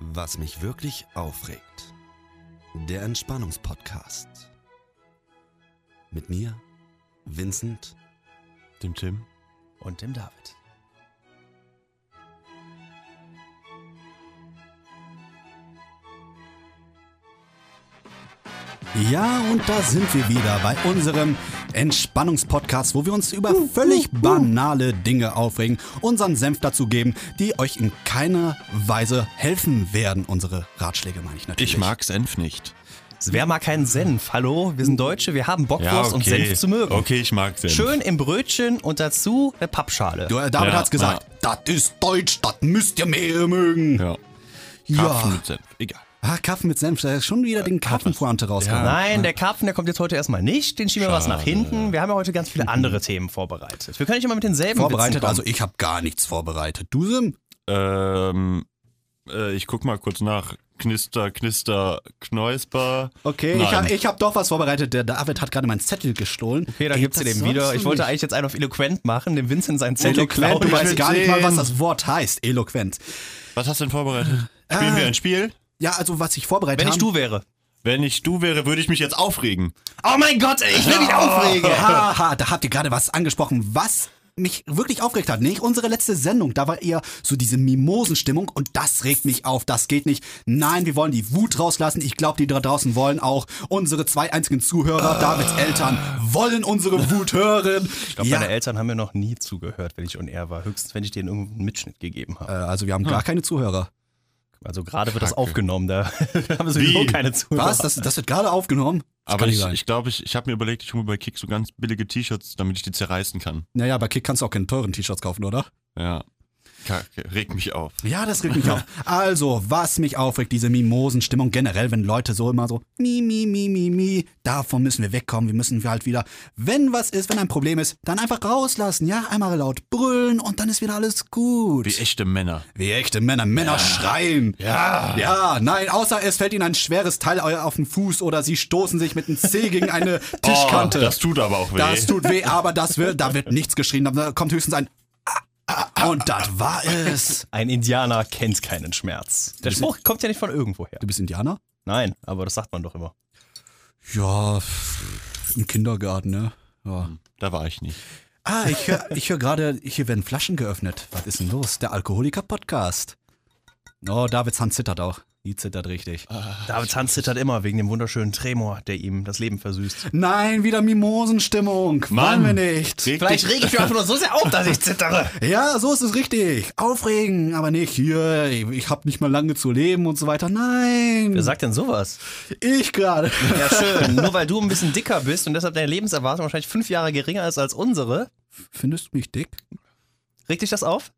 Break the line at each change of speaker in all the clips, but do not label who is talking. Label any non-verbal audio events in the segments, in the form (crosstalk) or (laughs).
Was mich wirklich aufregt. Der Entspannungspodcast. Mit mir, Vincent
Dem Tim.
und dem David.
Ja, und da sind wir wieder bei unserem Entspannungspodcast, wo wir uns über völlig banale Dinge aufregen, unseren Senf dazu geben, die euch in keiner Weise helfen werden. Unsere Ratschläge meine ich natürlich.
Ich mag Senf nicht.
Wer mag keinen Senf? Hallo, wir sind Deutsche, wir haben Bockwurst und Senf zu mögen.
Okay, ich mag Senf.
Schön im Brötchen und dazu eine Pappschale.
Du, äh, David
Ja,
hat's gesagt, das ist deutsch, das müsst ihr mehr mögen.
Ja. Karpfen
Ja.
mit Senf. Egal.
Ah, Kaffen mit Senf, da ist schon wieder den Karpfenpointe rausgekommen.
Nein, der Karpfen, der kommt jetzt heute erstmal nicht. Den schieben wir was nach hinten. Wir haben ja heute ganz viele andere Themen vorbereitet. Wir können nicht immer mit denselben Witzen
Vorbereitet,
kommen.
also ich habe gar nichts vorbereitet. Du, Sim?
Ähm, äh, ich guck mal kurz nach. Knister, Knister, Knäusper.
Okay,
Nein.
ich habe ich hab doch was vorbereitet. Der David hat gerade meinen Zettel gestohlen.
Okay, dann
Geht
gibt's dir
das
den
sonst
wieder.
so
Ich wollte
nicht?
eigentlich jetzt einen auf eloquent machen, dem Vincent seinen Zettel
Eloquent, du
klauen.
weißt
will
gar nicht mal, was
sehen.
das Wort heißt. Eloquent.
Was hast du denn vorbereitet? Spielen
Äh.
wir ein Spiel?
Ja, also was ich vorbereitet
Wenn
habe.
ich du wäre.
Wenn ich du wäre, würde ich mich jetzt aufregen.
Oh mein Gott, ey, ich will mich aufregen.
(laughs) Haha, da habt ihr gerade was angesprochen, was mich wirklich aufgeregt hat. Nicht unsere letzte Sendung, da war eher so diese Mimosenstimmung und das regt mich auf, das geht nicht. Nein, wir wollen die Wut rauslassen. Ich glaube, die da draußen wollen auch unsere zwei einzigen Zuhörer, Davids Eltern, wollen unsere Wut hören.
Ich glaube, meine Eltern haben mir noch nie zugehört, wenn ich on air war. Höchstens, wenn ich denen irgendeinen Mitschnitt gegeben habe.
Äh, also wir haben
Hm.
gar keine Zuhörer.
Also gerade wird das aufgenommen, da (laughs) haben sie
Wie?
sowieso keine Zuhörer.
Was? Das, das wird gerade aufgenommen? Das
Hm. Aber
kann
ich
nicht sein.
glaube, ich, glaub, ich, ich habe mir überlegt, ich hole bei Kick so ganz billige T-Shirts, damit ich die zerreißen kann.
Naja, bei Kick kannst du auch keine teuren T-Shirts kaufen, oder?
Ja. Kacke, regt mich auf.
Ja, das regt mich auf. Also, was mich aufregt, diese Mimosenstimmung generell, wenn Leute so immer so, mi, mi, mi, mi, mi, davon müssen wir wegkommen, wir müssen halt wieder, wenn was ist, wenn ein Problem ist, dann einfach rauslassen, ja, einmal laut brüllen und dann ist wieder alles gut.
Wie echte Männer.
Wie echte Männer, Männer schreien. Ja. Ja, nein, außer es fällt ihnen ein schweres Teil auf den Fuß oder sie stoßen sich mit dem Zeh gegen (laughs) eine Tischkante.
Oh, das tut aber auch weh.
Das tut weh, aber das wird, da wird nichts geschrien. Da kommt höchstens ein Ah, ah, ah, und das war es.
Ein Indianer kennt keinen Schmerz. Der Spruch kommt ja nicht von irgendwoher.
Du bist Indianer?
Nein, aber das sagt man doch immer.
Ja, pff, im Kindergarten, ne? Ja.
da war ich nicht.
Ah, ich höre ich hör gerade, hier werden Flaschen geöffnet. Was ist denn los? Der Alkoholiker-Podcast. Oh, Davids Hand zittert auch. Die zittert richtig.
David Hans zittert immer wegen dem wunderschönen Tremor, der ihm das Leben versüßt.
Nein, wieder Mimosenstimmung. Wollen
Mann.
wir nicht.
Reg dich-
rege ich mich einfach nur so sehr auf, dass ich zittere.
Ja, so ist es richtig. Aufregen, aber nicht hier. Ich hab nicht mal lange zu leben und so weiter.
(laughs) Wer
Nein.
sagt denn sowas?
Ich gerade. (laughs)
Ja, schön. Nur weil du ein bisschen dicker bist und deshalb deine Lebenserwartung wahrscheinlich fünf Jahre geringer ist als unsere,
Findest du mich dick?
regt dich das auf?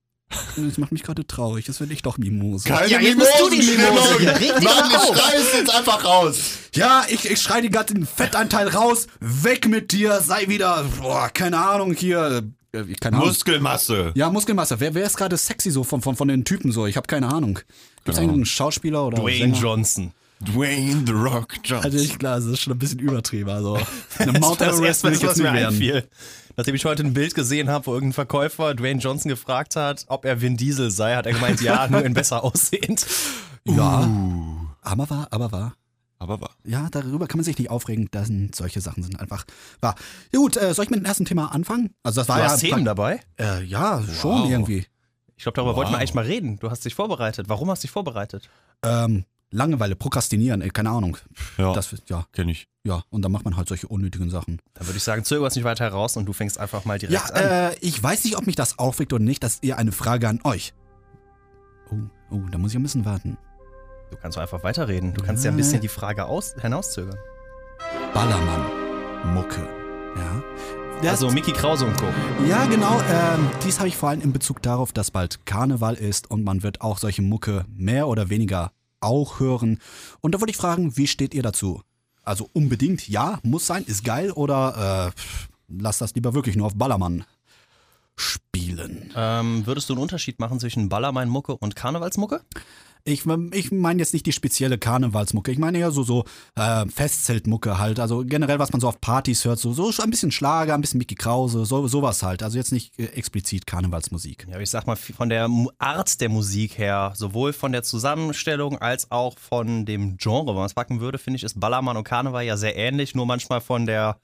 Das macht mich gerade traurig. Das will ich doch Mimose.
Keine
Ja, jetzt bist du die
Mimosenstimmung.
Mimose hier. Reg dich
Mann,
doch auf.
ich reiß jetzt einfach raus.
Ja, ich, ich schreie den ganzen Fettanteil raus. Weg mit dir. Sei wieder, boah, keine Ahnung, hier. äh, Keine Ahnung.
Muskelmasse.
ja, Muskelmasse. Wer, wer ist gerade sexy so von, von, von den Typen so? Ich habe keine Ahnung. Gibt's
Keine
eigentlich einen Schauspieler oder
Genau. Dwayne
Sänger?
Johnson.
Dwayne The Rock Johnson.
Also ich klar, das ist schon ein bisschen übertrieben.
(laughs)
Also eine
Das
Mount
war das
Everest
Erste,
will ich
was
jetzt
mir
nicht werden.
einfiel. Nachdem ich heute ein Bild gesehen habe, wo irgendein Verkäufer Dwayne Johnson gefragt hat, ob er Vin Diesel sei, hat er gemeint, ja, nur in besser (laughs) aussehend.
Ja.
Uh.
Aber war, aber war.
Aber war.
Ja, darüber kann man sich nicht aufregen. Das sind, solche Sachen sind einfach wahr. Ja gut, äh, soll ich mit dem ersten Thema anfangen? Also das war
Du
ja
hast Themen dabei?
äh, ja schon
Wow.
irgendwie.
Ich glaube, darüber wollten wir
Wow.
eigentlich mal reden. Du hast dich vorbereitet. Warum hast du dich vorbereitet?
Ähm, Langeweile, Prokrastinieren, äh, keine Ahnung.
Ja, das
Das wird- ja.
kenne ich.
Ja, und dann macht man halt solche unnötigen Sachen.
Dann würde ich sagen, zöger es nicht weiter heraus und du fängst einfach mal direkt
Ja,
an.
äh, ich weiß nicht, ob mich das aufregt oder nicht. Das ist eher eine Frage an euch. Oh, oh, da muss ich ein bisschen warten.
Du kannst doch einfach weiterreden. Du kannst ja ein bisschen die Frage aus hinauszögern.
Ballermann. Mucke. Ja. Das,
Also Mickey Krause und Co.
ja, genau. Ähm, dies habe ich vor allem in Bezug darauf, dass bald Karneval ist und man wird auch solche Mucke mehr oder weniger auch hören. Und da wollte ich fragen, wie steht ihr dazu? Also unbedingt ja, muss sein, ist geil oder äh, pff, lasst das lieber wirklich nur auf Ballermann. spielen.
Ähm, würdest du einen Unterschied machen zwischen Ballermann-Mucke und Karnevalsmucke?
Ich, ich meine jetzt nicht die spezielle Karnevalsmucke, ich meine eher so, so äh, Festzeltmucke halt. Also generell, was man so auf Partys hört, so, so ein bisschen Schlager, ein bisschen Mickey Krause, so, sowas halt. Also jetzt nicht äh, explizit Karnevalsmusik.
Ja, aber ich sag mal, von der Mu- Art der Musik her, sowohl von der Zusammenstellung als auch von dem Genre, wenn man es packen würde, finde ich, ist Ballermann und Karneval ja sehr ähnlich, nur manchmal von der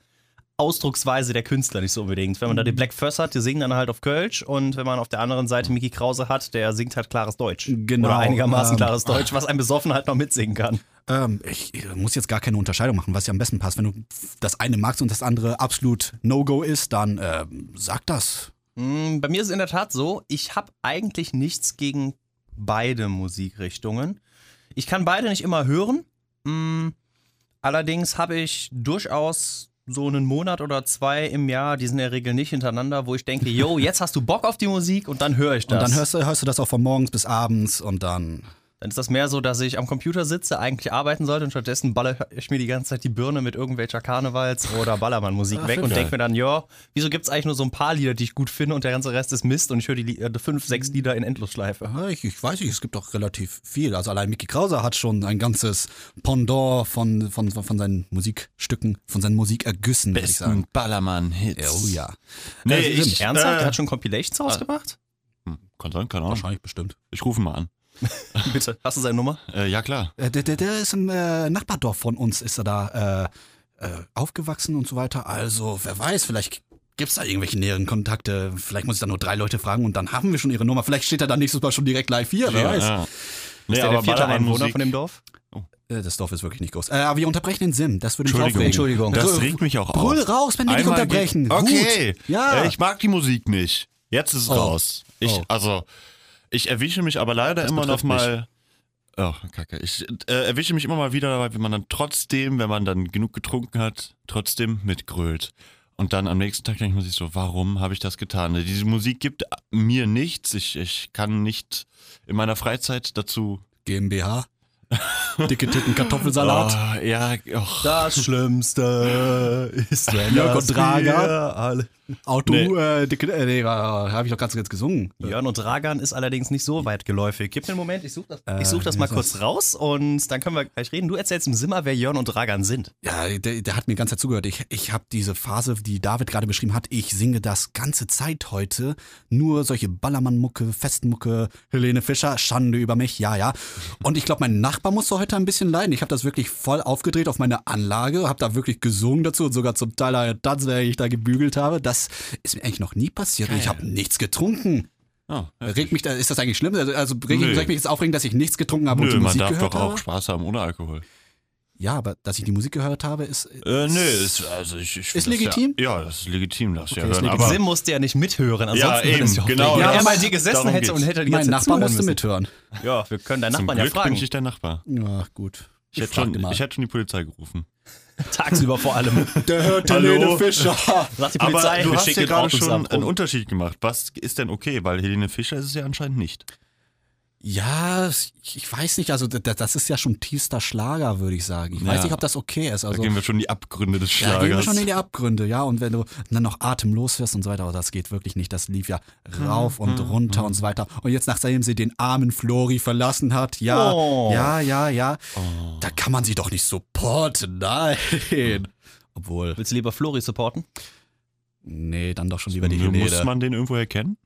Ausdrucksweise der Künstler nicht so unbedingt. Wenn man da
Mhm.
den Black First hat, die singen dann halt auf Kölsch und wenn man auf der anderen Seite Mickey Krause hat, der singt halt klares Deutsch.
Genau,
Oder einigermaßen
ähm, (laughs)
klares Deutsch, was ein Besoffen halt noch mitsingen kann.
Ähm, ich, ich muss jetzt gar keine Unterscheidung machen, was ja am besten passt. Wenn du das eine magst und das andere absolut No-Go ist, dann ähm, sag das.
Mm, Bei mir ist es in der Tat so, ich habe eigentlich nichts gegen beide Musikrichtungen. Ich kann beide nicht immer hören. Mm, Allerdings habe ich durchaus so einen Monat oder zwei im Jahr, die sind in der Regel nicht hintereinander, wo
(laughs)
ich denke, yo, jetzt hast du Bock auf die Musik und dann höre ich
Und
das.
dann hörst du, hörst du das auch von morgens bis abends und dann.
Dann ist das mehr so, dass ich am Computer sitze, eigentlich arbeiten sollte und stattdessen baller ich mir die ganze Zeit die Birne mit irgendwelcher Karnevals- oder
Ah,
Ballermann-Musik weg und denke mir dann, ja, wieso gibt es eigentlich nur so ein paar Lieder, die ich gut finde und der ganze Rest ist Mist und ich höre die Lie- äh, fünf, sechs Lieder in Endlosschleife.
Ja, Äh, Ich, ich weiß nicht, es gibt doch relativ viel. Also allein Mickey Krause hat schon ein ganzes Pendant von, von, von seinen Musikstücken, von seinen Musikergüssen, würde ich sagen.
Besten Ballermann-Hits.
Oh ja.
Nee,
Äh,
ich,
stimmt.
Also Ernsthaft?
äh, hm,
Der hat schon Compilations rausgemacht?
Kann sein, keine Ahnung.
Wahrscheinlich bestimmt.
Ich rufe ihn mal an.
Bitte, hast du seine Nummer?
Äh, ja, klar.
Äh, der, der, der ist im äh, Nachbardorf von uns, ist er da äh, äh, aufgewachsen und so weiter. Also, wer weiß, vielleicht gibt's da irgendwelche näheren Kontakte. Vielleicht muss ich da nur drei Leute fragen und dann haben wir schon ihre Nummer. Vielleicht steht er dann nächstes Mal schon direkt live hier, wer
ja,
weiß.
ja. Nee,
Ist der
aber
der vierte Einwohner
Ballermann-Musik.
von dem Dorf?
Äh, das Dorf ist wirklich nicht groß. Äh, aber wir unterbrechen den Sim. Das würde mich
Entschuldigung.
aufregen.
Entschuldigung.
Das
Also,
regt mich auch
Brüll
auf.
raus, wenn wir dich
Einmal
unterbrechen.
geht- Okay.
Gut. Ja.
Äh, ich mag die Musik nicht. Jetzt ist es
Oh.
raus. Ich,
Oh.
also, ich erwische mich aber leider immer noch
betrifft
mal. Oh, kacke. Ich äh, erwische mich immer mal wieder dabei, wie man dann trotzdem, wenn man dann genug getrunken hat, trotzdem mitgrölt. Und dann am nächsten Tag denke ich mir sich so, warum habe ich das getan? Diese Musik gibt mir nichts. Ich, ich kann nicht in meiner Freizeit dazu. (laughs)
GmbH. Dicke Titten, Kartoffelsalat.
Oh, ja, och.
Das (laughs) Schlimmste ist, wenn
Jörg und Drager.
Bier alle...
Auto,
Nee.
äh, dicke, äh, nee, habe ich doch ganz jetzt gesungen.
Jörn und Dragan ist allerdings nicht so weit geläufig. Äh, Gib mir einen Moment, ich suche das,
Äh,
ich such das
wie
mal
ist
kurz raus und dann können wir gleich reden. Du erzählst im Simmer, wer Jörn und Dragan sind.
Ja, der, der hat mir die ganze Zeit zugehört. Ich, ich habe diese Phase, die David gerade beschrieben hat, ich singe das ganze Zeit heute. Nur solche Ballermann-Mucke, Festmucke, Helene Fischer, Schande über mich, ja, ja. Und ich glaube, mein Nachbar musste heute ein bisschen leiden. Ich habe das wirklich voll aufgedreht auf meine Anlage, habe da wirklich gesungen dazu und sogar zum Teil einen Tanz, den ich da gebügelt habe. Das ist mir eigentlich noch nie passiert. Und Ich habe nichts getrunken.
Oh,
Regt mich da, ist das eigentlich schlimm? Also regt
Nö.
soll ich mich jetzt aufregen, dass ich nichts getrunken habe und
Nö,
die
man
Musik
darf
gehört
doch
habe?
auch Spaß haben ohne Alkohol.
Ja, aber dass ich die Musik gehört habe, ist.
Äh, nö, ist, also ich, ich
Ist
das
legitim?
Ja, ja, das ist legitim, das ja
Okay, ist
hören.
legitim.
Aber
Sim musste ja nicht mithören,
Ja,
ansonsten würde
eben,
das ja auch
genau,
gehen.
das-
Wenn er mal hier gesessen
darum
hätte und
geht's.
hätte die
Mein
ganze Zeit
Nachbar
zuhören
musste
müssen.
mithören.
Ja, wir können deinen
zum
Nachbarn
Glück
ja fragen.
bin ich der Nachbar.
Ja, gut.
Ich, hätte
fragte
schon, ich hätte schon die Polizei gerufen.
Tagsüber vor allem.
Der hört
Hallo?
Helene Fischer.
Sagt die
Aber
Polizei,
du
wir
hast
schicken
ja
den
gerade
Autos
schon
ab.
einen Unterschied gemacht. Was ist denn okay? Weil Helene Fischer ist es ja anscheinend nicht.
(laughs) Ja, ich ich weiß nicht, also das, das ist ja schon tiefster Schlager, würde ich sagen. Ich weiß
Ja.
nicht, ob das okay ist.
Da
Also,
gehen wir schon in die Abgründe des
da gehen wir
Schlagers.
schon in die Abgründe, ja. Und wenn du dann noch atemlos wirst und so weiter, aber das geht wirklich nicht. Das lief ja rauf
Hm,
und runter und so weiter. Und jetzt, nachdem sie den armen Flori verlassen hat, ja,
Oh.
ja, ja, ja,
Oh.
da kann man sie doch nicht supporten, nein. Obwohl,
Willst du lieber Flori supporten?
nee, dann doch schon lieber die
Muss
Helene.
man den irgendwo erkennen?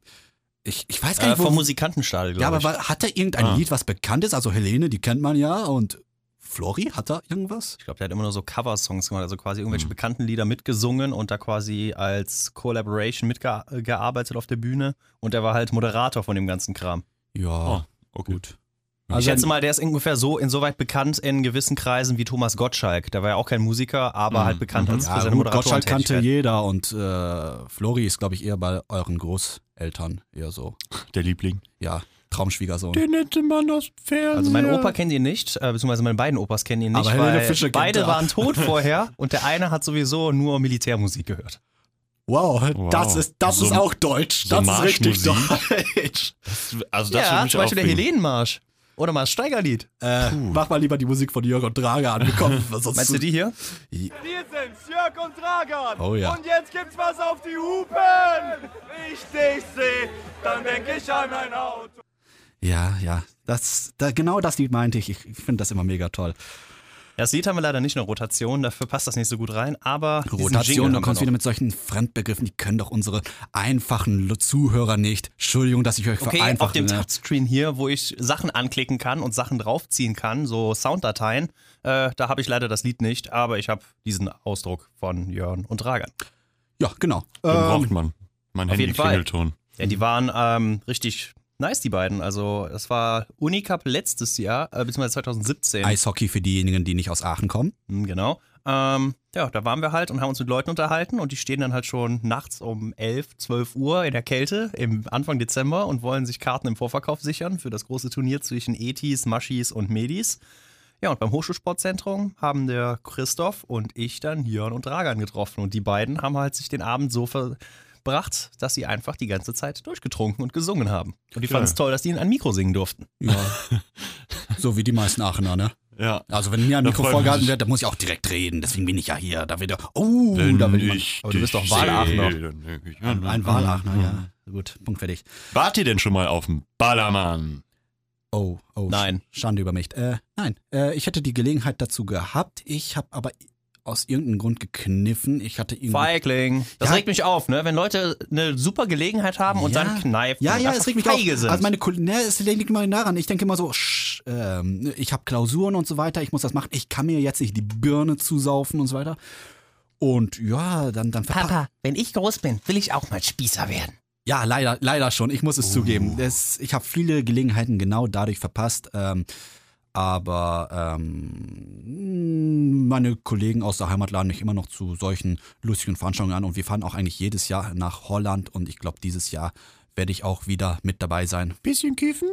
Ich, ich weiß gar
Äh,
nicht,
vom
wo,
Musikantenstadel, glaube
Ja, aber
ich.
war, hat er irgendein
Ah.
Lied, was bekannt ist? Also Helene, die kennt man ja. Und Flori, hat er irgendwas?
Ich glaube, der hat immer nur so Cover-Songs gemacht, also quasi irgendwelche
Mhm.
bekannten Lieder mitgesungen und da quasi als Collaboration mitgearbeitet auf der Bühne. Und er war halt Moderator von dem ganzen Kram.
Ja,
okay.
gut.
ich
Also,
schätze mal, der ist ungefähr so insoweit bekannt in gewissen Kreisen wie Thomas Gottschalk. Der war ja auch kein Musiker, aber
Mhm.
halt bekannt
Mhm.
als für
ja,
seine
gut,
Moderatoren.
Gottschalk kannte jeder und äh, Flori ist, glaube ich, eher bei euren Großeltern eher so.
Der Liebling.
Ja, Traumschwiegersohn.
Den hätte man das Pferd.
Also mein Opa kennt ihn nicht, äh, beziehungsweise meine beiden Opas kennen ihn nicht,
Aber Helene
weil
Fischer kennt
beide
er. (laughs)
waren tot vorher und der eine hat sowieso nur Militärmusik gehört.
Wow,
Wow.
das ist, das
So-
ist auch deutsch.
so
das ist richtig
Marschmusik.
deutsch. (laughs)
Also das würde
ja,
mich
zum Beispiel der
aufregen.
Helenenmarsch. Oder mal das Steigerlied.
Äh, mach mal lieber die Musik von Jörg und Drager an. Komm, sonst
Meinst du die hier?
Hier sind's, Jörg und Dragan.
Oh ja.
Und jetzt gibt's was auf die Hupen. Wenn ich dich seh, dann denk ich an ein Auto.
Ja, ja. Das, da, genau das Lied meinte ich. Ich finde das immer mega toll.
Das Lied haben wir leider nicht in der Rotation, dafür passt das nicht so gut rein, aber. diesen Jingle
Rotation,
haben
du
wir
kommst
noch.
wieder mit solchen Fremdbegriffen. Die können doch unsere einfachen Lo- Zuhörer nicht. Entschuldigung, dass ich euch
Okay,
vereinfache.
auf dem
ne?
Touchscreen hier, wo ich Sachen anklicken kann und Sachen draufziehen kann, so Sounddateien, äh, da habe ich leider das Lied nicht, aber ich habe diesen Ausdruck von Jörn und Dragan.
Ja, genau.
Den
Ähm,
braucht man. Mein
auf
Handy
jeden Fall.
Klingelton.
Ja,
Mhm.
die waren ähm, richtig nice, die beiden. Also, das war Unicup letztes Jahr, äh, beziehungsweise 2017.
Eishockey für diejenigen, die nicht aus Aachen kommen.
Hm, Genau. Ähm, ja, da waren wir halt und haben uns mit Leuten unterhalten und die stehen dann halt schon nachts um 11, 12 Uhr in der Kälte im Anfang Dezember und wollen sich Karten im Vorverkauf sichern für das große Turnier zwischen Etis, Maschis und Medis. Ja, und beim Hochschulsportzentrum haben der Christoph und ich dann Jörn und Dragan getroffen und die beiden haben halt sich den Abend so verbracht, dass sie einfach die ganze Zeit durchgetrunken und gesungen haben. Und die
Geil.
fanden es toll, dass die an Mikro singen durften. (laughs)
Ja. so wie die meisten Aachener, ne?
Ja.
Also wenn mir ein
Da
Mikro
freuen wir
vorgehalten
uns.
wird, dann muss ich auch direkt reden. Deswegen bin ich ja hier. Da wird ja, oh,
Wenn
da bin ich.
ich
aber du bist
dich
doch Wahlachner.
sehe, dann denk ich an-
Ein, ein Wahlachner,
Mhm.
ja. Gut, Punkt fertig.
Wart ihr denn schon mal auf dem Ballermann?
Oh, oh.
Nein.
Sch- Schande über mich. Äh, nein, äh, ich hätte die Gelegenheit dazu gehabt. Ich habe aber aus irgendeinem Grund gekniffen. Ich hatte irgendwie...
Feigling. Das
Ja.
regt mich auf, ne? Wenn Leute eine super Gelegenheit haben und
Ja.
dann kneifen.
Ja,
und
ja,
einfach
es regt mich
feige
auch.
Sind.
Also meine Kollegen, ne, es liegt immer daran. Ich denke immer so, sch, ähm, ich habe Klausuren und so weiter, ich muss das machen. Ich kann mir jetzt nicht die Birne zusaufen und so weiter. Und ja, dann, dann verpa-
wenn ich groß bin, will ich auch mal Spießer werden.
Ja, leider, leider schon. Ich muss es zugeben. Es, ich habe viele Gelegenheiten genau dadurch verpasst. Ähm, aber ähm, meine Kollegen aus der Heimat laden mich immer noch zu solchen lustigen Veranstaltungen an. Und wir fahren auch eigentlich jedes Jahr nach Holland. Und ich glaube, dieses Jahr werde ich auch wieder mit dabei sein.
Bisschen kiffen?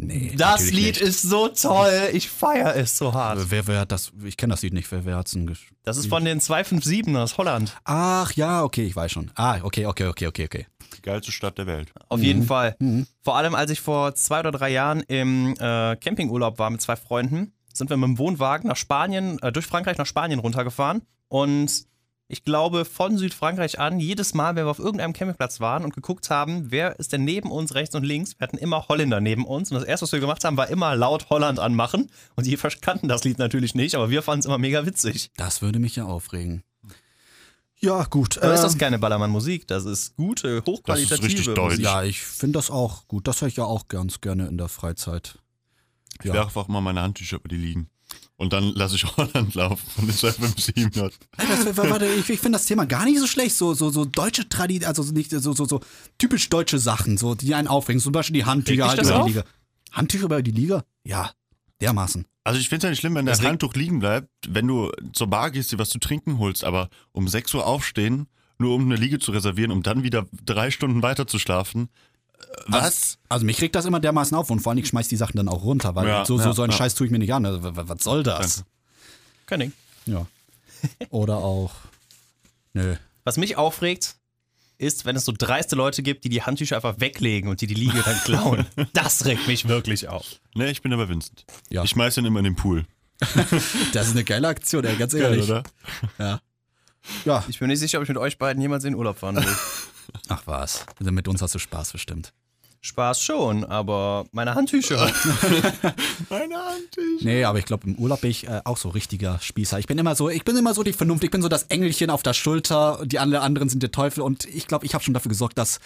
Nee.
Das
natürlich
Lied
nicht. Also
ist so toll. Ich feiere es so hart.
Wer, wer hat das? Ich kenne das Lied nicht. Wer, wer hat's denn gesch
Das ist von den 257 aus Holland.
Ach ja, okay, ich weiß schon. Ah, okay, okay, okay, okay, okay.
Die geilste Stadt der Welt.
Auf jeden Fall. Vor allem, als ich vor zwei oder drei Jahren im äh, Campingurlaub war mit zwei Freunden, sind wir mit dem Wohnwagen nach Spanien, äh, durch Frankreich nach Spanien runtergefahren. Und ich glaube, von Südfrankreich an, jedes Mal, wenn wir auf irgendeinem Campingplatz waren und geguckt haben, wer ist denn neben uns, rechts und links, wir hatten immer Holländer neben uns. Und das Erste, was wir gemacht haben, war immer laut Holland anmachen. Und die (laughs) verstanden das Lied natürlich nicht, aber wir fanden es immer mega witzig.
Das würde mich ja aufregen. Ja, gut.
Aber ist
ähm,
das keine Ballermann-Musik, das ist gute, hochqualitative
richtig deutsch.
Musik.
Ja, ich finde das auch gut. Das höre ich ja auch ganz gerne in der Freizeit.
Ich
Ja.
werfe auch mal meine Handtücher über die liegen. Und dann lasse ich (laughs) Holland laufen von den 25700.
warte, ich, ich finde das Thema gar nicht so schlecht. So, so, so deutsche Tradition, also so nicht so, so, so typisch deutsche Sachen, so, die einen aufregen. Zum Beispiel die Handtücher
dich
halt
das
über
auf?
die Liga. Handtücher über die Liga? Ja, dermaßen.
Also ich finde es ja nicht schlimm, wenn das Handtuch liegen bleibt, wenn du zur Bar gehst, dir was zu trinken holst, aber um 6 Uhr aufstehen, nur um eine Liege zu reservieren, um dann wieder drei Stunden weiter zu schlafen. Äh, Was?
Also mich regt das immer dermaßen auf und vor allem ich schmeiß die Sachen dann auch runter, weil
Ja,
so, so,
ja,
so einen
ja.
Scheiß tue ich mir nicht an. Also, w- w- Was soll das?
Kein Ding.
Ja. Oder auch. Nö.
Was mich aufregt, ist, wenn es so dreiste Leute gibt, die die Handtücher einfach weglegen und die die Liege dann (laughs) klauen. Das regt mich wirklich auf.
Nee, ich bin aber Vincent.
Ja.
Ich schmeiß den immer in den Pool.
Das ist eine geile Aktion, ey, ganz
Geil,
ehrlich.
oder?
Ja.
Ich bin nicht sicher, ob ich mit euch beiden jemals in den Urlaub fahren will.
Ach was. Also mit uns hast du Spaß bestimmt.
(laughs) Spaß schon, aber meine Handtücher.
Meine Handtücher.
Nee, aber ich glaube, im Urlaub bin ich äh, auch so richtiger Spießer. Ich bin immer so, ich bin immer so die Vernunft, ich bin so das Engelchen auf der Schulter, die alle anderen sind der Teufel und ich glaube, ich habe schon dafür gesorgt, dass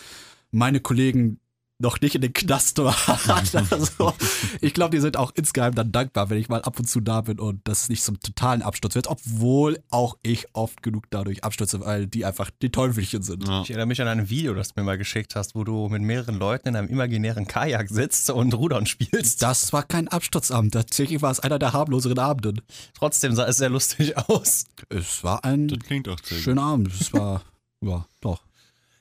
meine Kollegen noch nicht in den Knast waren. Also, ich glaube, die sind auch insgeheim dann dankbar, wenn ich mal ab und zu da bin und das nicht zum totalen Absturz wird, obwohl auch ich oft genug dadurch abstürze, weil die einfach die Teufelchen sind.
Ich erinnere mich an ein Video, das du mir mal geschickt hast, wo du mit mehreren Leuten in einem imaginären Kajak sitzt und Rudern spielst.
Das war kein Absturzabend, tatsächlich war es einer der harmloseren Abenden.
Trotzdem sah es sehr lustig (laughs) aus.
Es war ein
Das klingt auch sehr gut.
schöner Abend, es war, ja, doch.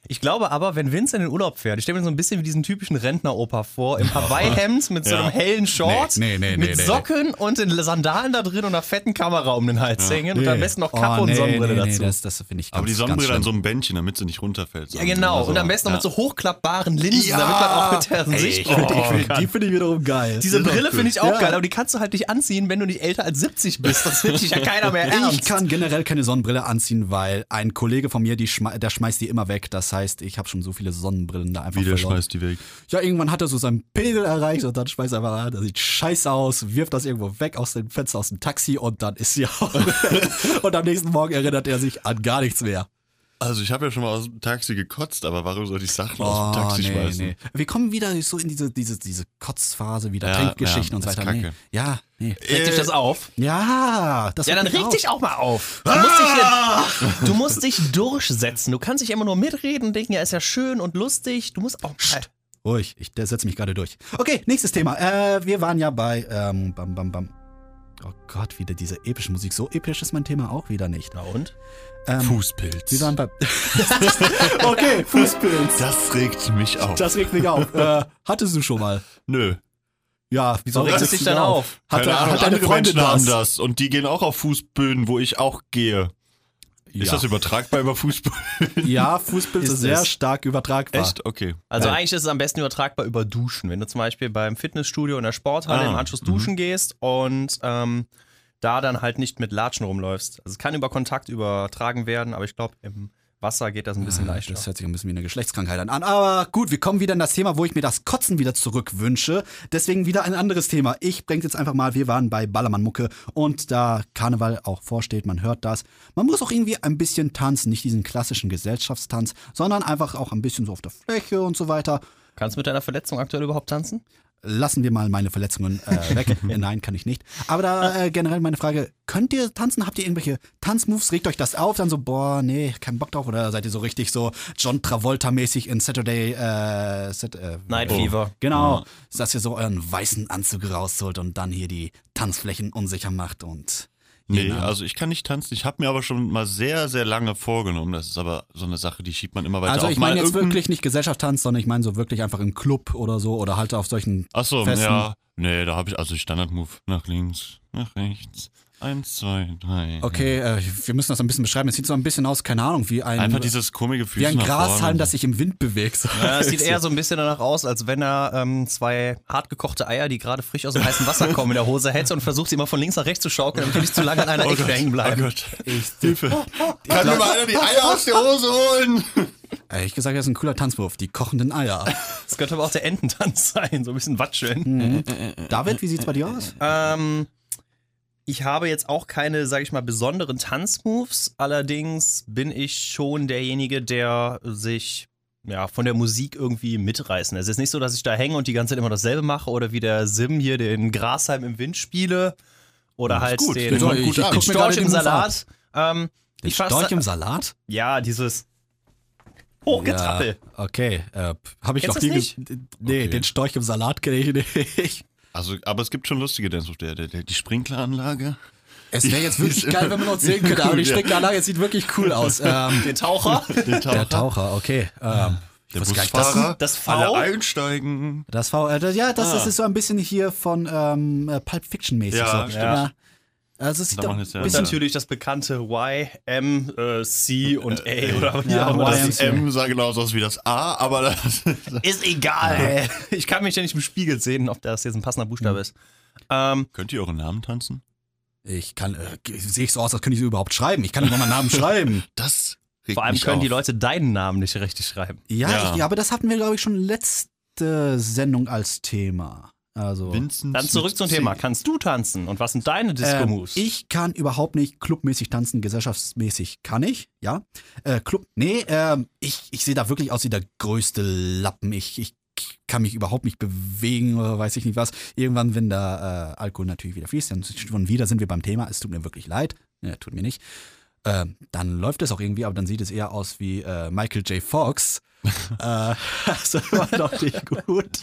Ich glaube aber, wenn Vince in den Urlaub fährt, ich stelle mir so ein bisschen wie diesen typischen Rentneropa vor, im Hawaii-Hemd mit so
Ja.
einem hellen Short,
Nee, nee, nee,
mit
nee, nee.
Socken und den Sandalen da drin und einer fetten Kamera um den Hals hängen und am besten noch Kappe
Oh,
und
nee,
Sonnenbrille
nee, nee,
dazu.
Das, das finde ich ganz,
Aber die Sonnenbrille an
ganz
so
schlimm.
einem Bändchen, damit sie nicht runterfällt.
ja, genau.
Also,
Und am besten noch mit so hochklappbaren Linsen, damit man auch mit der Sicht. Oh.
Ich find- ich find- Oh, Die finde ich wiederum geil.
Diese
ist auch
Brille
gut.
finde ich auch
Ja.
geil, aber die kannst du halt nicht anziehen, wenn du nicht älter als 70 bist. Das nimmt dich ja keiner mehr ernst.
Ich kann generell keine Sonnenbrille anziehen, weil ein Kollege von mir, die schme der schmeißt die immer weg. Das heißt, ich habe schon so viele Sonnenbrillen da einfach
Wieder
verloren.
schmeißt die weg.
Ja, irgendwann hat er so seinen Pegel erreicht und dann schmeißt er einfach an. Das sieht scheiße aus, wirft das irgendwo weg aus dem Fenster, aus dem Taxi und dann ist sie auch. (laughs) und am nächsten Morgen erinnert er sich an gar nichts mehr.
Also ich habe ja schon mal aus dem Taxi gekotzt, aber warum sollte ich Sachen aus dem
Oh,
Taxi schmeißen?
Wir kommen wieder so in diese, diese, diese Kotzphase, wieder
Ja,
Trinkgeschichten
ja,
und so
ist
weiter. Nee.
kacke.
Ja, nee.
Regt dich das auf?
Ja, das
Ja, dann
hört mich
reg
auf.
dich auch mal auf.
Ah!
Ah!
Du musst, dich hier, du musst dich durchsetzen. Du kannst nicht immer nur mitreden und denken, ja, ist ja schön und lustig. Du musst auch.
Ruhig, ich setze mich gerade durch. Okay, nächstes Thema. Äh, wir waren ja bei ähm, Bam Bam Bam. Oh Gott, wieder diese epische Musik. So episch ist mein Thema auch wieder nicht.
Na und?
Ähm,
Fußpilz.
Wir waren
(laughs)
bei. okay, Fußpilz.
Das regt mich auf.
Das regt mich auf. Äh, hattest du schon mal?
Nö.
Ja, wieso
Regt es dich dann auf?
Hat,
Keine
er-
Ahnung,
hat deine
andere
Freundin
Menschen
das?
haben das und die gehen auch auf Fußböden, wo ich auch gehe. Ist
Ja.
das übertragbar
(laughs)
über Fußböden?
Ja, Fußpilz
Ist
ist sehr
es.
stark übertragbar.
Echt? Okay.
Also eigentlich ist es am besten übertragbar über Duschen. Wenn du zum Beispiel beim Fitnessstudio in der Sporthalle
Ah,
im Anschluss duschen gehst und ähm, da dann halt nicht mit Latschen rumläufst. Also es kann über Kontakt übertragen werden, aber ich glaube, im Wasser geht das ein bisschen leichter.
Ah, Das hört sich ein bisschen wie eine Geschlechtskrankheit an. an. Aber gut, wir kommen wieder in das Thema, wo ich mir das Kotzen wieder zurückwünsche. Deswegen wieder ein anderes Thema. Ich bringe jetzt einfach mal, wir waren bei Ballermann-Mucke und da Karneval auch vorsteht, man hört das. Man muss auch irgendwie ein bisschen tanzen, nicht diesen klassischen Gesellschaftstanz, sondern einfach auch ein bisschen so auf der Fläche und so weiter.
Kannst du mit deiner Verletzung aktuell überhaupt tanzen?
Lassen wir mal meine Verletzungen äh, weg. Äh, Nein, kann ich nicht. Aber da äh, generell meine Frage, könnt ihr tanzen? Habt ihr irgendwelche Tanzmoves? Regt euch das auf? Dann so, boah, nee, kein Bock drauf. Oder seid ihr so richtig so John Travolta-mäßig in Saturday äh, Sat äh,
Night
oh.
Fever.
Genau, dass ihr so euren weißen Anzug rausholt und dann hier die Tanzflächen unsicher macht und
Nee,
Genau.
also ich kann nicht tanzen. Ich habe mir aber schon mal sehr, sehr lange vorgenommen. Das ist aber so eine Sache, die schiebt man immer weiter
Also
auf.
ich meine
Mal
jetzt
irgendein-
wirklich nicht Gesellschaftstanz, sondern ich meine so wirklich einfach im Club oder so oder halt auf solchen
Ach so,
Festen.
ja. Nee, da habe ich also Standardmove nach links, nach rechts. Eins, zwei, drei.
Okay, äh, wir müssen das ein bisschen beschreiben. Es sieht so ein bisschen aus, keine Ahnung, wie ein
Einfach dieses komische Füße
wie ein
nach
Grashalm,
vorne.
das sich im Wind bewegt. So. (laughs)
Ja, Äh, es sieht eher so ein bisschen danach aus, als wenn er ähm, zwei hart gekochte Eier, die gerade frisch aus dem heißen Wasser kommen, in der Hose hält und versucht sie immer von links nach rechts zu schaukeln, damit die nicht zu lange an einer
Oh
Ecke
Gott,
hängen bleiben.
oh Gott. Hilfe. Kann mir mal einer die Eier aus der Hose holen?
Ehrlich gesagt, das ist ein cooler Tanzwurf. Die kochenden Eier. Mhm.
Das könnte aber auch der Ententanz (laughs) sein, so ein bisschen watscheln.
Äh,
David, wie sieht's bei dir aus?
Ähm, ich habe jetzt auch keine, sage ich mal, besonderen Tanzmoves. Allerdings bin ich schon derjenige, der sich ja, von der Musik irgendwie mitreißen. lässt. Es ist nicht so, dass ich da hänge und die ganze Zeit immer dasselbe mache oder wie der Sim hier den Grashalm im Wind spiele oder halt
gut.
den,
Ja, ich- ich guck mir gerade
Storch
den
im
Move
Salat. Ähm, ich fass-
Storch im Salat?
Ja, dieses
Oh,
Hochgetrappel.
Okay, äh, habe ich
Kennst
noch
du
nie.
das
ge- Nee,
Okay.
den Storch im Salat kenne ich
(laughs)
nicht.
Also, aber es gibt schon lustige Dance auf der, der, der die Sprinkleranlage.
Es wäre jetzt
Die
wirklich
ist
geil, wenn man
(laughs)
uns sehen könnte, aber
cool,
die
ja.
Sprinkleinlage es sieht wirklich cool aus.
(laughs)
Ähm,
(laughs)
(laughs)
Den Taucher.
Der Taucher.
der Taucher, okay. Ähm, ich
Der
wusste gar nicht,
Busfahrer.
das V?
Alle einsteigen.
Das, das V, äh, das- ja, das, das ist so ein bisschen hier von ähm, äh, Pulp Fiction mäßig.
Ja,
so.
stimmt.
Also es sieht
Da
doch
machen
ein
es ja-
Und
bisschen
natürlich das bekannte Y, M, äh, C und A oder wie
äh, Ja,
auch immer Oh, das
Y
Das M sah genauso aus wie das A, aber das.
Ist egal. (laughs) Ich kann mich ja nicht im Spiegel sehen, ob das jetzt ein passender Buchstabe ist. Ähm,
Könnt ihr euren Namen tanzen?
Ich kann, äh, sehe ich so aus, als könnte ich sie überhaupt schreiben. Ich kann nicht mal meinen Namen (laughs) schreiben.
Das regt
vor allem
mich
können
auf.
die Leute deinen Namen nicht richtig schreiben.
Ja,
Ja.
Ich, ja, aber das hatten wir, glaube ich, schon letzte Sendung als Thema. Also.
Vincent
Dann zurück
mit
zum
C.
Thema. Kannst du tanzen? Und was sind deine
Ähm,
Disco-Moves?
ich kann überhaupt nicht clubmäßig tanzen, gesellschaftsmäßig kann ich, ja. Äh, Club, nee, ähm, ich, ich sehe da wirklich aus wie der größte Lappen. Ich, ich kann mich überhaupt nicht bewegen oder weiß ich nicht was. Irgendwann, wenn der äh, Alkohol natürlich wieder fließt, dann schon wieder sind wir beim Thema. Es tut mir wirklich leid. Ja, tut mir nicht. Ähm, dann läuft es auch irgendwie, aber dann sieht es eher aus wie äh, Michael J. Fox. äh, das war doch nicht gut.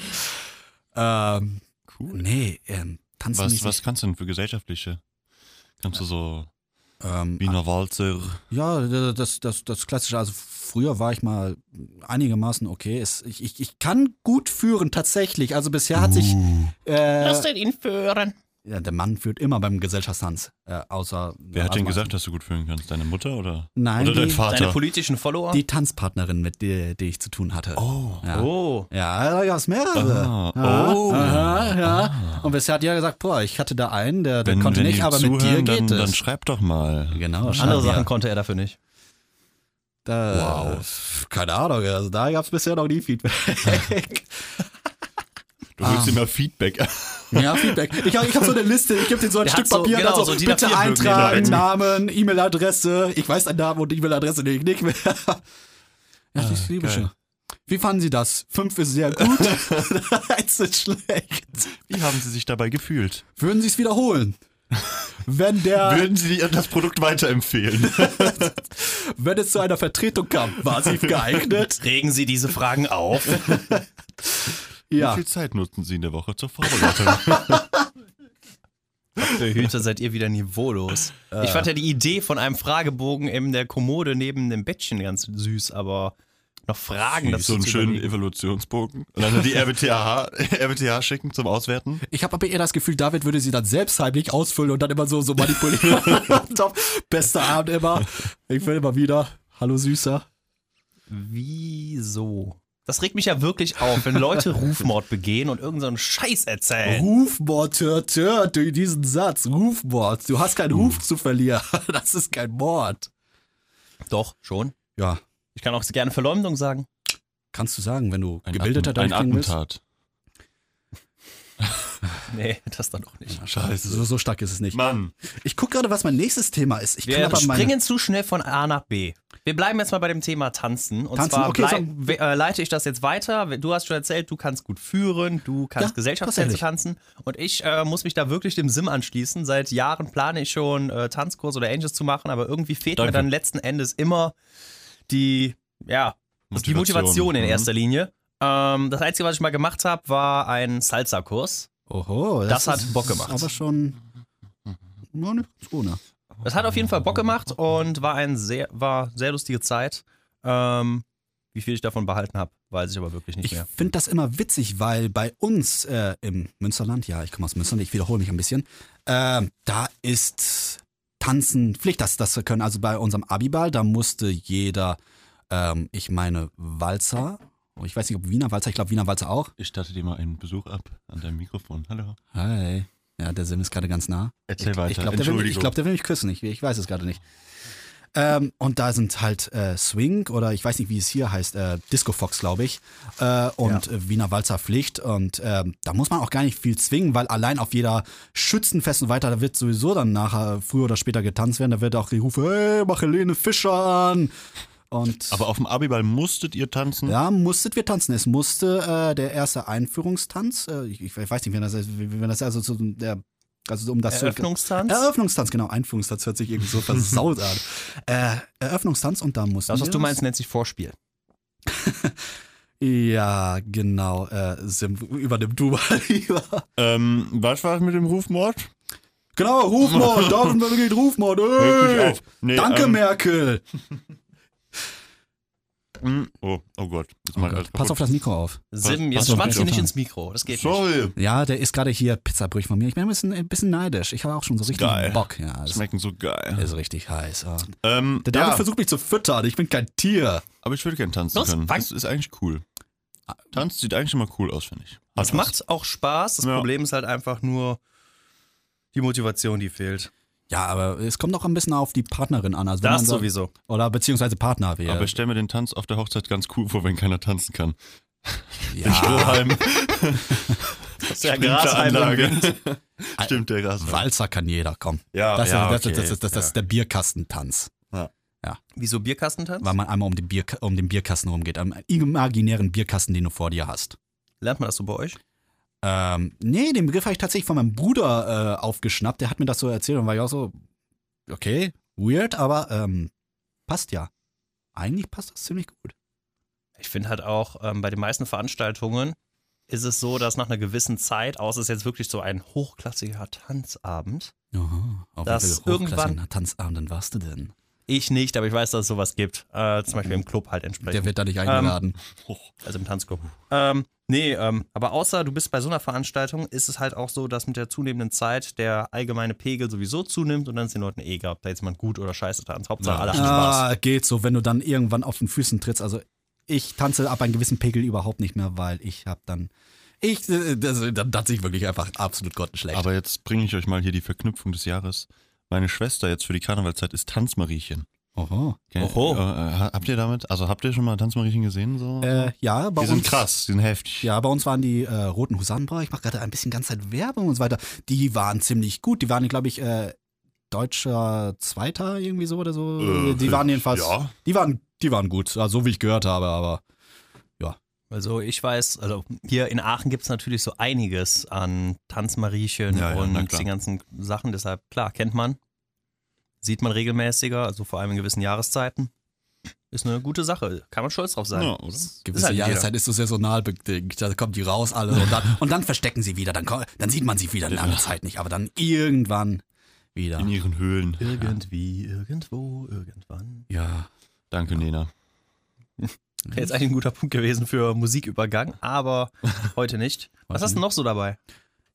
Ähm,
Cool.
nee, ähm, tanzen
Was, was kannst du denn für gesellschaftliche? Kannst du so
Ähm,
Wiener Walzer.
ja, d- das, das, das Klassische, also früher war ich mal einigermaßen okay. Es, ich, ich, ich kann gut führen, tatsächlich. Also bisher hat sich.
Uh.
Äh,
denn ihn führen.
ja, der Mann führt immer beim Gesellschaftstanz, äh, außer.
Wer hat
also
denn
meistens-
gesagt, dass du gut führen kannst? Deine Mutter oder,
Nein,
oder dein
die-
Vater?
Deine politischen Follower?
Die Tanzpartnerin, mit der, die ich zu tun hatte.
oh.
Ja.
oh.
Ja, da gab es mehrere.
Ah,
Ja,
oh.
Aha, ja. Und bisher hat ja gesagt, boah, ich hatte da einen, der, der
Wenn,
konnte
wenn
nicht,
die
aber mit dir
zuhören,
geht
dann,
es.
dann schreib doch mal.
genau,
Andere
schreib
Sachen
mir.
konnte er dafür nicht.
Da, wow. Keine Ahnung, also da gab es bisher noch nie
(laughs)
Feedback.
Du willst immer Feedback.
ja, Feedback. Ich habe ich hab so eine Liste, ich gebe dir so ein
Der
Stück
hat so-
Papier,
genau,
dann so,
so DIN
bitte
A4 Bögen, die da
eintragen,
rein.
Namen, E-Mail-Adresse. Ich weiß einen Namen und die E-Mail-Adresse, die ich nicht mehr. (laughs) Ja, das ist
Ah,
liebe
geil.
schon. Wie fanden Sie das? Fünf ist sehr
(laughs)
gut, eins ist schlecht.
Wie haben sie sich dabei gefühlt?
Würden Sie es wiederholen? Wenn der
Würden sie das Produkt weiterempfehlen?
Wenn es zu einer Vertretung kam, war sie
(laughs)
geeignet.
Regen Sie diese Fragen auf.
Wie
Ja.
viel Zeit nutzen sie in der Woche zur Vorbereitung?
Hüte seid ihr wieder niveaulos. Ich fand ja die Idee von einem Fragebogen in der Kommode neben dem Bettchen ganz süß, aber noch Fragen
so einen
zu
schönen
überlegen.
Evolutionsbogen. Und dann die (laughs) RWTH, RWTH schicken zum Auswerten.
Ich habe aber eher das Gefühl, David würde sie dann selbst heimlich ausfüllen und dann immer so, so manipulieren.
(laughs)
(laughs) Top. Bester Abend immer. Ich will immer wieder. Hallo Süßer.
Wieso? Das regt mich ja wirklich auf, wenn
(laughs)
Leute Rufmord begehen und irgendeinen so einen Scheiß erzählen.
Rufmord, tör, tör, durch diesen Satz. Rufmord. Du hast
Hm.
keinen Ruf zu verlieren. (laughs) Das ist kein Mord.
Doch, schon.
Ja,
Ich kann auch gerne Verleumdung sagen.
kannst du sagen, wenn du gebildeter
Atem- ein
durchklingen willst.
Attentat.
Nee, das dann auch nicht.
So, so stark ist es nicht.
Mann.
Ich gucke gerade, was mein nächstes Thema ist. Ich kann
Wir
aber meine-
springen zu schnell von A nach B. Wir bleiben jetzt mal bei dem Thema Tanzen. Und
Tanzen,
zwar
okay,
blei-
so-
we- äh, leite ich das jetzt weiter. Du hast schon erzählt, du kannst gut führen, du kannst
Ja,
Gesellschaftstänze
tatsächlich.
tanzen. Und ich äh, muss mich da wirklich dem Sim anschließen. Seit Jahren plane ich schon, äh, Tanzkurse oder Angels zu machen, aber irgendwie fehlt mir
Danke.
dann letzten Endes immer die, ja, die Motivation in
Mhm.
erster Linie. Ähm, das Einzige, was ich mal gemacht habe, war ein Salsa-Kurs.
Oho,
Das hat Bock gemacht.
Aber schon. Nur nicht ohne.
Es hat auf jeden Fall Bock gemacht und war eine sehr, war sehr lustige Zeit. Ähm, wie viel ich davon behalten habe, weiß ich aber wirklich nicht
Ich
mehr.
finde das immer witzig, weil bei uns äh, im Münsterland, ja, ich komme aus Münsterland, ich wiederhole mich ein bisschen, ähm, da ist Tanzen Pflicht, das, das wir können. Also bei unserem Abiball, da musste jeder, ähm, ich meine, Walzer, oh, ich weiß nicht, ob Wiener Walzer, ich glaube Wiener Walzer auch.
Ich starte dir mal einen Besuch ab an deinem Mikrofon. Hallo.
Hi. Ja, der Sim ist gerade ganz nah.
Erzähl
Ich glaube, der, will- ich glaub, der will mich küssen. Ich, ich weiß es gerade nicht. Ähm, und da sind halt äh, Swing oder ich weiß nicht, wie es hier heißt, äh, Disco Fox, glaube ich, äh, und äh, Wiener Walzer Pflicht. Und ähm, da muss man auch gar nicht viel zwingen, weil allein auf jeder Schützenfest und weiter, da wird sowieso dann nachher früher oder später getanzt werden. Da wird auch gerufen, hey, mach Helene Fischer an. Und
Aber auf dem Abiball musstet ihr tanzen?
ja, musstet wir tanzen. Es musste äh, der erste Einführungstanz, äh, ich, ich weiß nicht, wenn das, wenn das also, so der, also um das zu,
Eröffnungstanz?
Eröffnungstanz, genau. Einführungstanz hört sich irgendwie so versaut
(laughs)
an. Äh, Eröffnungstanz und da mussten
das, was
wir
du meinst, ne? nennt sich Vorspiel.
Ja, genau. Äh, Sim, übernimm du mal (laughs) lieber.
Ähm, was war es mit dem Rufmord?
Genau, Rufmord, Dortmund geht Rufmord. Ey.
auf. Nee,
Danke,
ähm,
Merkel.
Mm, Oh, oh Gott. Jetzt
Oh
mach ich
Gott,
alles
pass auf
kaputt.
das Mikro auf.
Sim,
Was-
jetzt
was
schmatzt
soll
du
ich
nicht
sagen?
ins Mikro. Das geht nicht.
Sorry.
Ja, der ist gerade hier Pizzabrüch von mir. Ich bin ein bisschen, ein bisschen neidisch. Ich habe auch schon so richtig
Geil.
Bock. Ja, das
Schmecken so geil.
ist richtig heiß. Ah.
Ähm,
Der David
ja,
versucht mich zu füttern. Ich bin kein Tier.
aber ich würde gerne tanzen
Los,
können.
fang.
Das ist eigentlich cool.
Ah.
Tanz sieht eigentlich immer cool aus, finde ich. Hat
Das
was.
macht auch Spaß. Das
Ja.
Problem ist halt einfach nur die Motivation, die fehlt.
Ja, aber es kommt auch ein bisschen auf die Partnerin an. Also wenn
Das
man so-
sowieso.
Oder beziehungsweise Partner wäre.
Aber ich stelle mir den Tanz auf der Hochzeit ganz cool vor, wenn keiner tanzen kann. Den
ja. (laughs)
Strohhalm.
Das ist ja
Anlage. (laughs) Stimmt, der Grashalm.
Walzer kann jeder, komm.
Ja,
Das,
Ah, ja,
das,
okay.
das, das, das, das ist der Bierkastentanz,
Wieso Bierkastentanz?
weil man einmal um den, Bier, um den Bierkasten rumgeht, am imaginären Bierkasten, den du vor dir hast.
Lernt man das so bei euch?
Ähm, nee, den Begriff habe ich tatsächlich von meinem Bruder äh, aufgeschnappt. Der hat mir das so erzählt und war ich auch so, okay, weird, aber ähm, passt ja. Eigentlich passt das ziemlich gut.
Ich finde halt auch ähm, bei den meisten Veranstaltungen, ist es so, dass nach einer gewissen Zeit, außer es ist jetzt wirklich so ein hochklassiger Tanzabend,
Aha. Auf
Das
wie viel
irgendwann-
hochklassigen Tanzabenden warst du denn?
ich nicht, aber ich weiß, dass es sowas gibt, äh, zum Beispiel im Club halt entsprechend.
Der wird da nicht eingeladen.
also im Tanzclub. Ähm, nee, ähm, aber außer du bist bei so einer Veranstaltung, ist es halt auch so, dass mit der zunehmenden Zeit der allgemeine Pegel sowieso zunimmt und dann ist den Leuten eh egal, ob da jetzt jemand gut oder scheiße tanzt. Hauptsache
Ja.
alle haben Spaß.
ah, geht so, wenn du dann irgendwann auf den Füßen trittst. Also ich tanze ab einem gewissen Pegel überhaupt nicht mehr, weil ich habe dann. Ich, äh, das, dann tanze ich wirklich einfach absolut grottenschlecht.
Aber jetzt bringe ich euch mal hier die Verknüpfung des Jahres. Meine Schwester jetzt für die Karnevalzeit ist Tanzmariechen.
Oho.
Okay.
Oho.
Äh, äh, habt ihr damit, also habt ihr schon mal Tanzmariechen gesehen? So?
Äh, ja, bei
die sind
uns,
krass, die sind heftig.
Ja, bei uns waren die äh, Roten Husarenbrauer, ich mache gerade ein bisschen ganz Zeit Werbung und so weiter. Die waren ziemlich gut. Die waren, glaube ich, äh, deutscher Zweiter irgendwie so oder so.
Äh,
die waren jedenfalls.
Ja.
Die waren, die waren gut, ja, so wie ich gehört habe, aber.
Also ich weiß, also hier in Aachen gibt es natürlich so einiges an Tanzmariechen
Ja, ja, na
und
klar.
die ganzen Sachen, deshalb klar, kennt man. Sieht man regelmäßiger, also vor allem in gewissen Jahreszeiten. Ist eine gute Sache, kann man stolz drauf sein.
Ja, oder?
Gewisse
halt jeder.
Jahreszeit ist so saisonal bedingt. Da kommen die raus alle und dann, und dann verstecken sie wieder. Dann, ko- dann sieht man sie wieder lange Zeit nicht, aber dann irgendwann wieder.
In ihren Höhlen.
Irgendwie, irgendwo, irgendwann.
Ja.
Danke, Nena. Mhm.
Wäre jetzt eigentlich ein guter Punkt gewesen für Musikübergang,
(laughs)
aber heute nicht. Was hast du noch so dabei?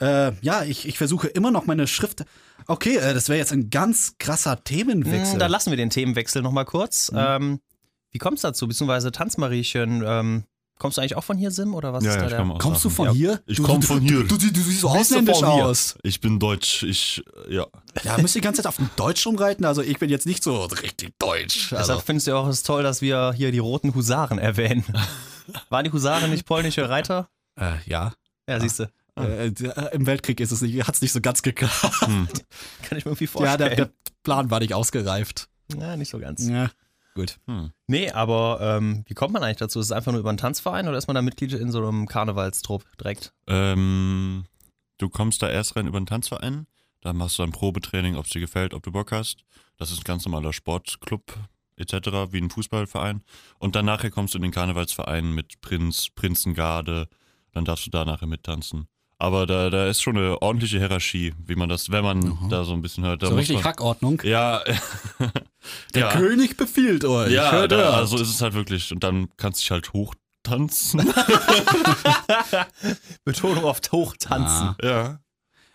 Äh, ja, ich, ich versuche immer noch meine Schrift. Okay, äh, das wäre jetzt ein ganz krasser Themenwechsel.
Hm, dann lassen wir den Themenwechsel nochmal kurz.
Mhm.
Ähm, wie kommst du dazu? Beziehungsweise Tanzmariechen, ähm, kommst du eigentlich auch von hier, Sim? Oder was
Ja,
ist
ja,
da
ich
der?
komme aus
Kommst du
Aachen.
von hier?
Ich
Du-
komm
du-
von
du-
hier.
Du, du, du siehst so
Bist du von
ausländisch
hier?
aus.
Ich bin deutsch. Ich,
(laughs)
äh, ja.
Ja, müsst ihr die ganze Zeit auf den Deutsch rumreiten? Also ich bin jetzt nicht so richtig deutsch. Also,
Deshalb findest du ja auch es toll, dass wir hier die roten Husaren
(laughs)
erwähnen. Waren die Husaren nicht polnische Reiter?
äh, ja.
Ah.
Ja, siehst du.
Äh, d- äh, Im Weltkrieg ist es nicht, hat es nicht so ganz geklappt.
Hm.
Kann ich mir irgendwie
Ja,
vorstellen.
der, der Plan war nicht ausgereift.
Na, nicht so ganz.
Ja.
Hm.
Nee, aber ähm, wie kommt man eigentlich dazu? Ist es einfach nur über einen Tanzverein oder ist man da Mitglied in so einem Karnevalstrupp direkt?
Ähm, du kommst da erst rein über den Tanzverein, dann machst du ein Probetraining, ob es dir gefällt, ob du Bock hast. Das ist ein ganz normaler Sportclub etc., wie ein Fußballverein. Und dann nachher kommst du in den Karnevalsverein mit Prinz, Prinzengarde, dann darfst du da nachher mittanzen. Aber da, da ist schon eine ordentliche Hierarchie, wie man das, wenn man da so ein bisschen hört. Da
So
muss
richtig
man,
Hackordnung.
Ja.
Der
(laughs) ja.
König befiehlt euch.
Ja,
Hört
da,
hört.
also ist es halt wirklich. Und dann kannst du dich halt hochtanzen.
Betonung auf Hochtanzen.
Ah.
ja.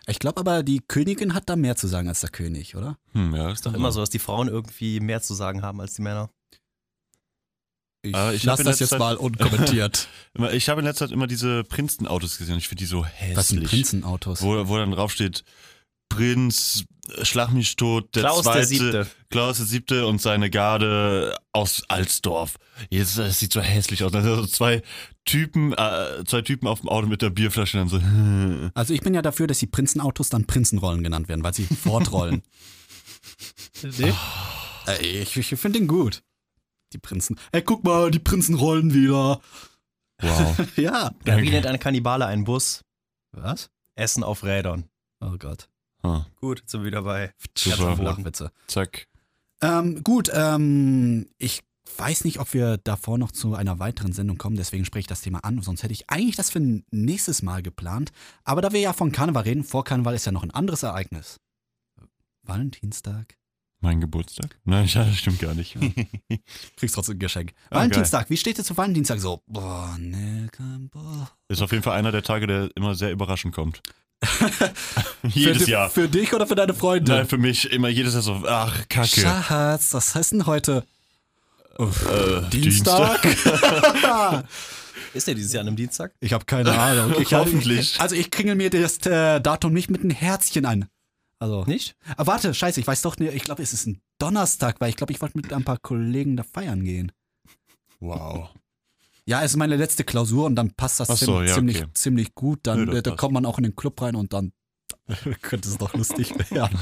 Ich glaube aber, die Königin hat da mehr zu sagen als der König, oder?
Hm, ja, ist doch
Immer so, dass die Frauen irgendwie mehr zu sagen haben als die Männer.
Ich,
Äh, ich hab
lasse
in
das
letzter
jetzt
Zeit-
mal
(laughs)
unkommentiert.
Immer- Ich habe in letzter Zeit immer diese Prinzenautos gesehen. Ich finde die so hässlich.
Was sind Prinzenautos?
Wo, wo dann draufsteht, Prinz, äh, Schlag mich tot, der
Klaus der
zweite, (laughs)
Siebte.
Klaus der Siebte und seine Garde aus Alsdorf. Jetzt, das sieht so hässlich aus. Da sind so zwei Typen, äh, zwei Typen auf dem Auto mit der Bierflasche und dann so, hm.
Also ich bin ja dafür, dass die Prinzenautos dann Prinzenrollen genannt werden,
(laughs)
weil sie fortrollen. Äh, ich ich finde den gut. Die Prinzen. Ey, guck mal, die Prinzen rollen wieder.
(laughs) wow.
(laughs) Ja.
Ja, wie nennt ein Kannibale einen Bus?
Was?
Essen auf Rädern.
Oh Gott.
Hm,
Gut, sind wir wieder bei.
Super.
Boden.
Flachwitze.
Zack.
Ähm, gut, ähm, ich weiß nicht, ob wir davor noch zu einer weiteren Sendung kommen, deswegen spreche ich das Thema an. Sonst hätte ich eigentlich das für ein nächstes Mal geplant. Aber da wir ja von Karneval reden, vor Karneval ist ja noch ein anderes Ereignis. Valentinstag.
Mein Geburtstag? Nein, (laughs) ja, das stimmt gar nicht.
Kriegst trotzdem ein Geschenk.
Ah,
Valentinstag, wie steht es zu Valentinstag? So, boah, ne, kein Boah.
Ist auf jeden Fall einer der Tage, der immer sehr überraschend (laughs) kommt. (laughs) Jedes
für, di-
Jahr.
Für dich oder für deine Freunde?
Nein, für mich immer jedes Jahr so, ach, kacke.
Schatz, was heißt denn heute?
Äh,
Uff, (laughs)
Dienstag. (laughs)
Ist der dieses Jahr an einem Dienstag?
Ich habe keine Ahnung. Ich
Hoffentlich.
Also ich kringel mir das äh, Datum nicht mit einem Herzchen ein. Also.
Nicht?
Ah, warte, scheiße, ich weiß doch nicht. Ich glaube, es ist ein Donnerstag, weil ich glaube, ich wollte mit ein paar Kollegen da feiern gehen.
Wow.
Ja, es ist meine letzte Klausur und dann passt das
Ach so,
ziem-
ja,
ziemlich,
okay.
ziemlich gut. Dann
Nö, das
äh, da
passt.
kommt man auch in den Club rein und dann (laughs) könnte es doch
(laughs)
lustig werden.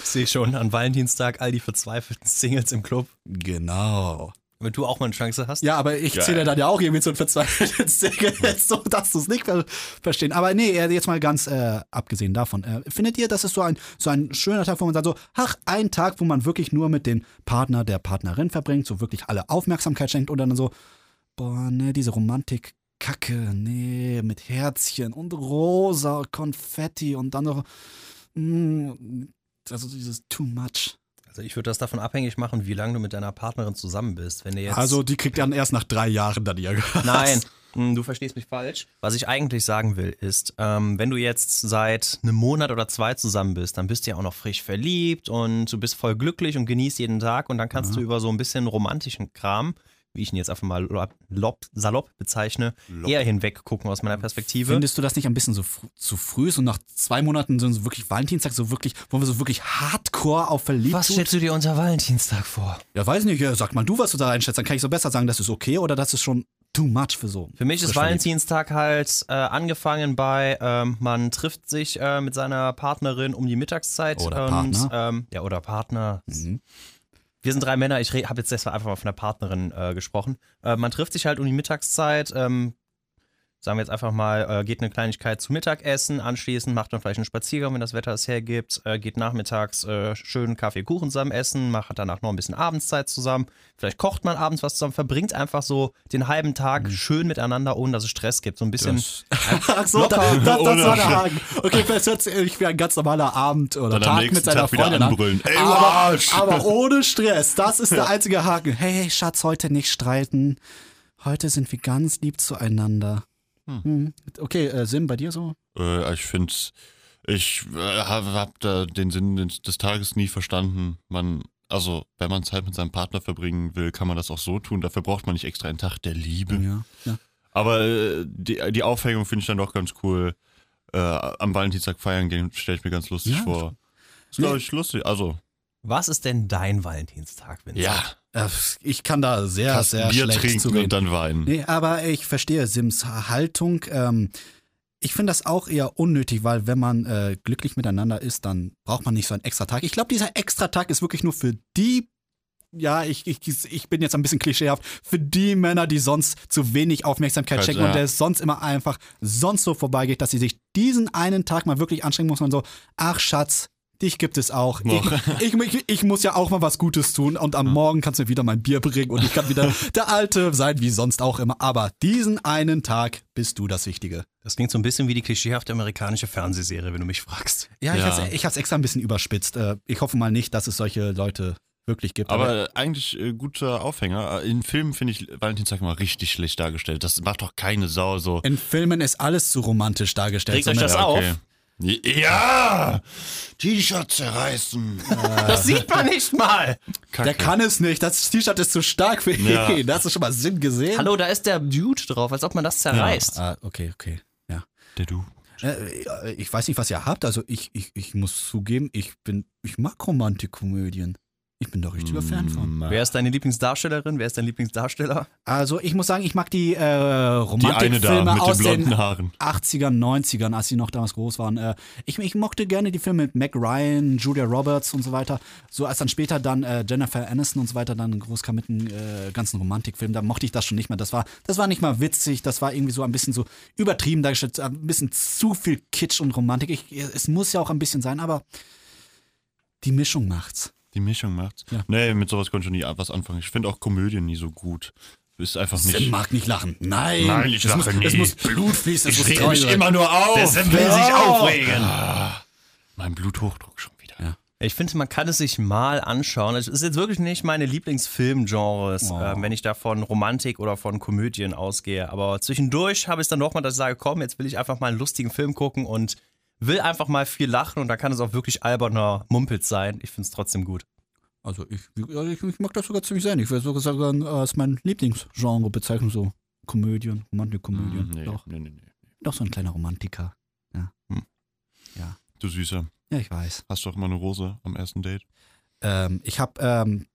Ich sehe schon, an Valentinstag all die verzweifelten Singles im Club.
genau.
Wenn du auch mal eine Chance hast.
Ja, aber ich
Geil.
zähle dann ja auch irgendwie zu einem verzweifelten (laughs) Single, so dass du es nicht ver verstehen. Aber nee, äh, jetzt mal ganz äh, abgesehen davon. Äh, findet ihr, das ist so ein, so ein schöner Tag, wo man sagt so, ach, ein Tag, wo man wirklich nur mit dem Partner, der Partnerin verbringt, so wirklich alle Aufmerksamkeit schenkt und dann so, boah, ne, diese Romantik Kacke, nee, mit Herzchen und rosa Konfetti und dann noch. mm, also dieses too much.
Also ich würde das davon abhängig machen, wie lange du mit deiner Partnerin zusammen bist. Wenn ihr jetzt
Also die kriegt dann erst nach drei Jahren dann ihr Gras.
Nein, hm, du verstehst mich falsch. Was ich eigentlich sagen will, ist, ähm, wenn du jetzt seit einem Monat oder zwei zusammen bist, dann bist du ja auch noch frisch verliebt und du bist voll glücklich und genießt jeden Tag und dann kannst
Mhm.
du über so ein bisschen romantischen Kram, wie ich ihn jetzt einfach mal lob, lob, salopp bezeichne, eher hinweggucken aus meiner Perspektive.
Findest du das nicht ein bisschen so fr zu früh? So nach zwei Monaten sind so wirklich Valentinstag so wirklich, wollen wir so wirklich hardcore auf verliebt
Was
tun?
stellst du dir unter Valentinstag vor?
Ja, weiß nicht, ja, sag mal du, was du da einschätzt, dann kann ich so besser sagen, das ist okay oder das ist schon too much für so. (laughs)
Für mich ist
frisch
Valentinstag halt äh, angefangen bei, ähm, man trifft sich äh, mit seiner Partnerin um die Mittagszeit.
Oder
und,
Partner.
Ähm, ja, oder Partner.
Mhm.
Wir sind drei Männer, ich habe jetzt deshalb einfach mal von der Partnerin äh, gesprochen. Äh, man trifft sich halt um die Mittagszeit, ähm, sagen wir jetzt einfach mal, äh, geht eine Kleinigkeit zu Mittagessen, anschließend macht man vielleicht einen Spaziergang, wenn das Wetter es hergibt, äh, geht nachmittags äh, schön Kaffee, Kuchen zusammen essen, macht danach noch ein bisschen Abendszeit zusammen, vielleicht kocht man abends was zusammen, verbringt einfach so den halben Tag
Mhm.
schön miteinander, ohne dass es Stress gibt. So ein bisschen.
Ach so, da, da,
Locker.
das
Ohne-
war der Haken. Okay, das hört sich irgendwie wie ein ganz normaler Abend oder
Dann am
Tag
nächsten
mit seiner
Tag wieder
Freundin an.
anbrüllen. Ey, du
aber,
Arsch! (laughs)
aber ohne Stress, das ist der einzige Haken. Hey, hey, Schatz, heute nicht streiten. Heute sind wir ganz lieb zueinander. Hm. Okay, äh, Sim, bei dir so?
Äh, ich finde ich äh, habe hab da den Sinn des des Tages nie verstanden. Man, also, wenn man Zeit mit seinem Partner verbringen will, kann man das auch so tun. Dafür braucht man nicht extra einen Tag der Liebe.
Ja. ja.
Aber äh, die, die Aufhängung finde ich dann doch ganz cool. Äh, am Valentinstag feiern gehen stelle ich mir ganz lustig
Ja.
vor. Ist, glaube ich, lustig. Also,
Was ist denn dein Valentinstag, Vincent?
ja,
Äh, Ich kann da sehr, sehr
Bier
schlecht
trinken
zu
und
reden.
dann weinen.
Nee, aber ich verstehe Sims Haltung. Ähm, ich finde das auch eher unnötig, weil wenn man äh, glücklich miteinander ist, dann braucht man nicht so einen extra Tag. Ich glaube, dieser extra Tag ist wirklich nur für die, ja, ich, ich, ich bin jetzt ein bisschen klischeehaft, für die Männer, die sonst zu wenig Aufmerksamkeit
Klar,
schenken
ja.
und der es sonst immer einfach sonst so vorbeigeht, dass sie sich diesen einen Tag mal wirklich anstrengen muss und so, ach Schatz, dich gibt es auch. Ich, ich, ich, ich muss ja auch mal was Gutes tun und am Morgen kannst du mir wieder mein Bier bringen und ich kann wieder der Alte sein, wie sonst auch immer. Aber diesen einen Tag bist du das Wichtige.
Das klingt so ein bisschen wie die klischeehafte amerikanische Fernsehserie, wenn du mich fragst.
Ja, ich
Ja.
hab's, ich hab's extra ein bisschen überspitzt. Äh, Ich hoffe mal nicht, dass es solche Leute wirklich gibt.
Aber eigentlich äh, guter Aufhänger. Äh, In Filmen finde ich Valentinstag immer richtig schlecht dargestellt. Das macht doch keine Sau so.
in Filmen ist alles zu romantisch dargestellt.
Regt euch
sondern-
das
Ja,
auf.
Ja!
(laughs)
T-Shirt zerreißen!
Das sieht man nicht mal.
Der kann es nicht. Das T-Shirt ist zu stark für ihn.
Ja.
Das ist schon mal Sinn gesehen.
Hallo, da ist der Dude drauf, als ob man das zerreißt.
Ah, okay, okay. Ja.
Der du.
Äh, ich weiß nicht, was ihr habt. Also ich, ich, ich muss zugeben, ich bin, ich mag Romantikkomödien. Ich bin da richtiger Fan von.
Wer ist deine Lieblingsdarstellerin? Wer ist dein Lieblingsdarsteller?
Also ich muss sagen, ich mag die äh,
Die eine da
Romantikfilme
mit den
aus den
blonden Haaren.
80ern, 90ern, als sie noch damals groß waren. Äh, ich, ich mochte gerne die Filme mit Mac Ryan, Julia Roberts und so weiter. So als dann später dann äh, Jennifer Aniston und so weiter dann groß kam mit den äh, ganzen Romantikfilmen, da mochte ich das schon nicht mehr. Das war, das war nicht mal witzig, das war irgendwie so ein bisschen so übertrieben dargestellt, ein bisschen zu viel Kitsch und Romantik. Ich, es muss ja auch ein bisschen sein, aber die Mischung macht's.
Die Mischung macht's.
Ja.
Nee, mit sowas konnte ich nie was anfangen. Ich finde auch Komödien nie so gut. Ist einfach nicht.
Sim mag nicht lachen. Nein,
Nein, ich
es, muss,
lache nie.
es muss Blut fließen, es muss treu sein.
nur auf. Der Sim will
sich aufregen.
Mein Bluthochdruck schon wieder.
Ich finde, man kann es sich mal anschauen. Es ist jetzt wirklich nicht meine Lieblingsfilmgenres, ähm, wenn ich da von Romantik oder von Komödien ausgehe. Aber zwischendurch habe ich es dann doch mal, dass ich sage, komm, jetzt will ich einfach mal einen lustigen Film gucken und will einfach mal viel lachen und da kann es auch wirklich alberner Mumpitz sein. Ich finde es trotzdem gut.
Also ich, also ich, ich mag das sogar ziemlich sein. Ich würde sogar sagen, äh, ist mein Lieblingsgenre bezeichnen, so Komödien, Romantikkomödien.
Mhm. Nee,
Mhm. Doch,
nee, nee, nee.
doch so ein kleiner Romantiker. Ja.
Hm.
Ja.
Du Süßer,
ja, ich weiß.
hast doch immer eine Rose am ersten Date.
Ähm, ich habe ähm,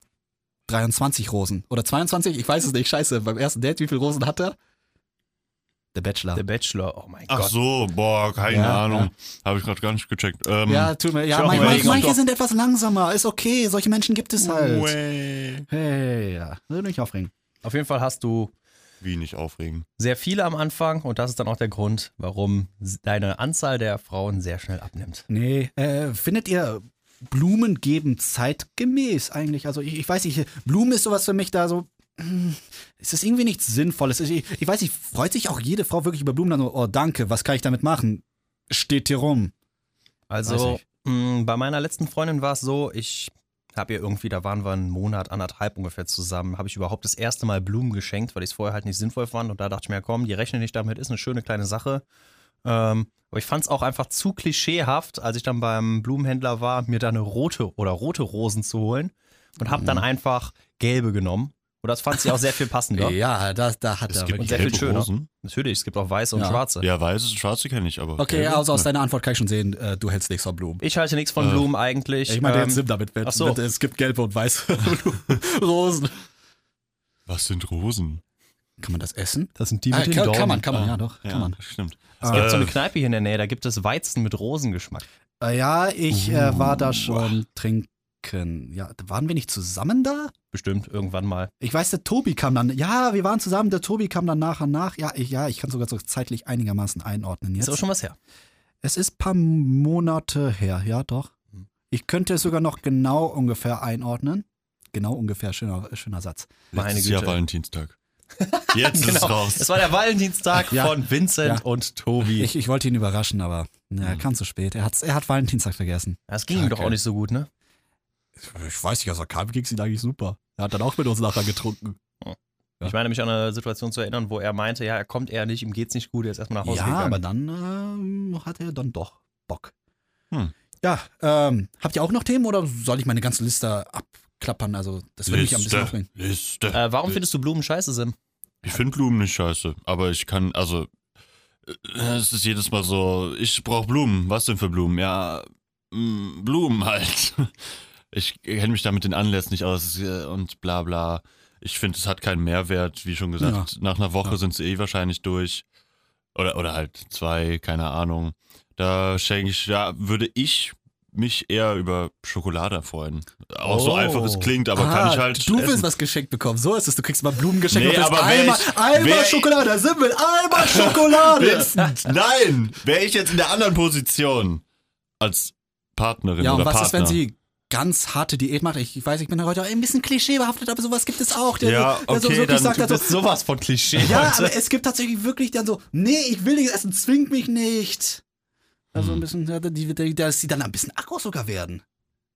23 Rosen. Oder 22? Ich weiß es nicht. Scheiße, beim ersten Date, wie viele Rosen hat er? Der Bachelor.
Der Bachelor, oh mein
Ach
Gott.
so, boah, keine
Ja,
Ahnung. Habe ich gerade gar nicht gecheckt. Ähm,
ja, tut mir
Ich
ja,
auch
manche,
überlegen, ob
manche
doch-
sind etwas langsamer. Ist okay, solche Menschen gibt es halt.
Way.
Hey, ja. Würde mich aufregen.
Auf jeden Fall hast du
Wie nicht aufregen.
sehr viele am Anfang und das ist dann auch der Grund, warum s- deine Anzahl der Frauen sehr schnell abnimmt.
Nee, äh, findet ihr Blumen geben zeitgemäß eigentlich? Also ich, ich weiß nicht, Blumen ist sowas für mich da so, es ist irgendwie nichts Sinnvolles. Ich, ich weiß nicht, freut sich auch jede Frau wirklich über Blumen? Dann so, oh, danke, was kann ich damit machen? Steht hier rum.
Also mh, bei meiner letzten Freundin war es so, ich habe ihr irgendwie, da waren wir einen Monat, anderthalb ungefähr zusammen, habe ich überhaupt das erste Mal Blumen geschenkt, weil ich es vorher halt nicht sinnvoll fand. Und da dachte ich mir, komm, die rechnen nicht damit, ist eine schöne kleine Sache. Ähm, aber ich fand es auch einfach zu klischeehaft, als ich dann beim Blumenhändler war, mir da eine rote oder rote Rosen zu holen und habe dann einfach gelbe genommen. Und das fand sie auch sehr viel passender.
Ja, das, da hat
Es
er
gibt
wirklich.
sehr viel
gelbe
schöner.
Rosen.
Natürlich, es gibt auch weiße und
Ja.
schwarze.
Ja, weiße und schwarze kenne ich, aber.
Okay,
gelbe?
also aus deiner Antwort kann ich schon sehen, äh, du hältst nichts von Blumen.
Ich halte nichts von
Äh,
Blumen eigentlich.
Ich meine,
Ähm,
jetzt sind damit mit,
ach so.
mit, es gibt gelbe und weiße (laughs)
(laughs)
Rosen.
Was sind Rosen?
Kann man das essen?
das sind die
Ah,
mit den
kann, kann
Daumen.
man, kann man, ja doch,
Ja,
kann man.
stimmt.
Es gibt so eine
Äh,
Kneipe hier in der Nähe, da gibt es Weizen mit Rosengeschmack.
Äh, ja, ich äh, war da schon trinken. Ja, waren wir nicht zusammen da?
Bestimmt irgendwann mal.
Ich weiß, der Tobi kam dann. Ja, wir waren zusammen, der Tobi kam dann nach und nach. Ja, ich, ja, ich kann sogar so zeitlich einigermaßen einordnen jetzt.
Ist auch schon was her.
es ist ein paar Monate her, ja doch. Ich könnte es sogar noch genau ungefähr einordnen. Genau ungefähr, schöner, schöner Satz.
Meine
letztes Jahr
(laughs)
Güte.
Valentinstag. Jetzt ist
Genau.
es raus.
Es war der Valentinstag
Ja.
von Vincent
Ja. Hm.
und Tobi.
Ich, ich wollte ihn überraschen, aber na, er kam zu spät. Er, hat's, er hat Valentinstag vergessen.
das ging ihm doch auch nicht so gut, ne?
Ich weiß nicht, also kam ging es ihm eigentlich super. Er hat dann auch mit uns nachher getrunken. Ja.
Ich meine mich an eine Situation zu erinnern, wo er meinte, ja, er kommt eher nicht, ihm geht's nicht gut, er ist erstmal nach Hause
Ja,
gegangen.
aber dann ähm, hat er dann doch Bock.
Hm.
Ja, ähm, habt ihr auch noch Themen oder soll ich meine ganze Liste abklappern? Also, das würde mich ein bisschen aufregen.
Liste.
äh, warum findest du Blumen scheiße, Sim?
Ich finde Blumen nicht scheiße, aber ich kann, also, äh, es ist jedes Mal so, ich brauche Blumen. Was denn für Blumen? Ja, mm, Blumen halt. (laughs) Ich kenne mich da mit den Anlässen nicht aus äh, und bla bla. Ich finde, es hat keinen Mehrwert, wie schon gesagt. Nach einer Woche
Ja.
sind sie eh wahrscheinlich durch. Oder, oder halt zwei, keine Ahnung. Da schenke ich, ja, würde ich mich eher über Schokolade freuen. Auch so
Oh.
einfach es klingt, aber kann
Ah,
ich halt.
du
essen.
willst was geschenkt bekommen. So ist es. Du kriegst mal Blumen geschenkt.
Nee,
und willst
aber wär
einmal,
ich- wär
einmal
ich-
Schokolade, da sind wir. Einmal Schokolade.
Vincent, nein! Wäre ich jetzt in der anderen Position als Partnerin
ja, und
oder
was ist,
Partner.
wenn sie ganz harte Diät macht? Ich, ich weiß, ich bin heute ein bisschen klischeebehaftet, aber sowas gibt es auch. Der,
Ja,
der so
okay,
wirklich
dann-
sagt,
Du
also,
bist sowas von Klischee.
Ja,
heute.
aber es gibt tatsächlich wirklich dann so, nee, ich will nichts essen, zwingt mich nicht. Also ein bisschen, ja, die, die, dass die dann ein bisschen aggro sogar werden.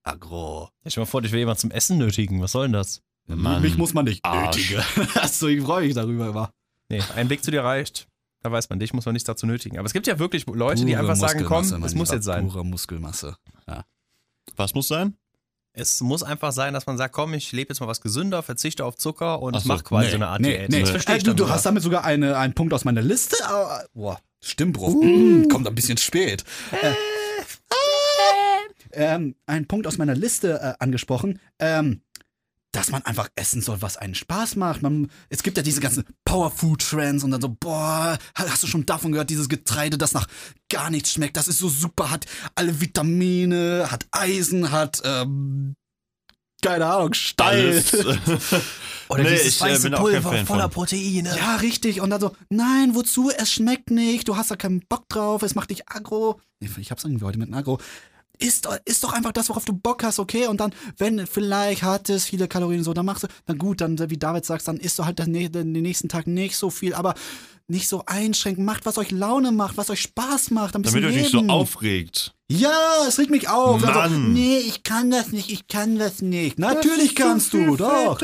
Aggro.
Ja, Stell dir mal vor, ich will jemanden zum Essen nötigen. Was soll denn das?
Mann,
man nicht
Arsch.
(laughs) Achso, ich freue mich darüber immer.
Nee, ein Blick zu dir reicht. Da weiß man, dich muss man nichts dazu nötigen. Aber es gibt ja wirklich Leute, die einfach sagen, komm, es muss jetzt sein.
Pure Muskelmasse.
Was muss sein?
Es muss einfach sein, dass man sagt, komm, ich lebe jetzt mal was gesünder, verzichte auf Zucker und
Ach so,
mach quasi
nee,
so eine Art
nee,
Diät.
nee.
Das verstehe
Äh,
ich
du,
dann
du
sogar.
hast damit sogar eine, einen Punkt aus meiner Liste. aber- Boah, Stimmbruch.
Uh.
Mm, kommt ein bisschen spät. Äh, ähm, ein Punkt aus meiner Liste äh, angesprochen. Ähm, dass man einfach essen soll, was einen Spaß macht. Man, es gibt ja diese ganzen Powerfood-Trends und dann so, boah, ha- hast du schon davon gehört, dieses Getreide, das nach gar nichts schmeckt, das ist so super, hat alle Vitamine, hat Eisen, hat, ähm, keine Ahnung, Stein.
Alles.
(laughs)
nee, ich äh, bin auch kein Fan von.
Proteine.
Ja, richtig. Und dann so, nein, wozu? Es schmeckt nicht. Du hast da keinen Bock drauf. Es macht dich aggro. Ich ich hab's irgendwie heute mit dem aggro. Ist, ist doch einfach das, worauf du Bock hast, okay? Und dann, wenn vielleicht hat es viele Kalorien so, dann machst du, dann gut, dann, wie David sagt, dann isst du halt den, nä- den nächsten Tag nicht so viel, aber nicht so einschränken. Macht, was euch Laune macht, was euch Spaß macht. Ein bisschen
Damit ihr euch nicht so
leben.
aufregt.
Ja, es regt mich auf. Also,
Mann.
nee, ich kann das nicht, ich kann das nicht. Natürlich kannst du, doch.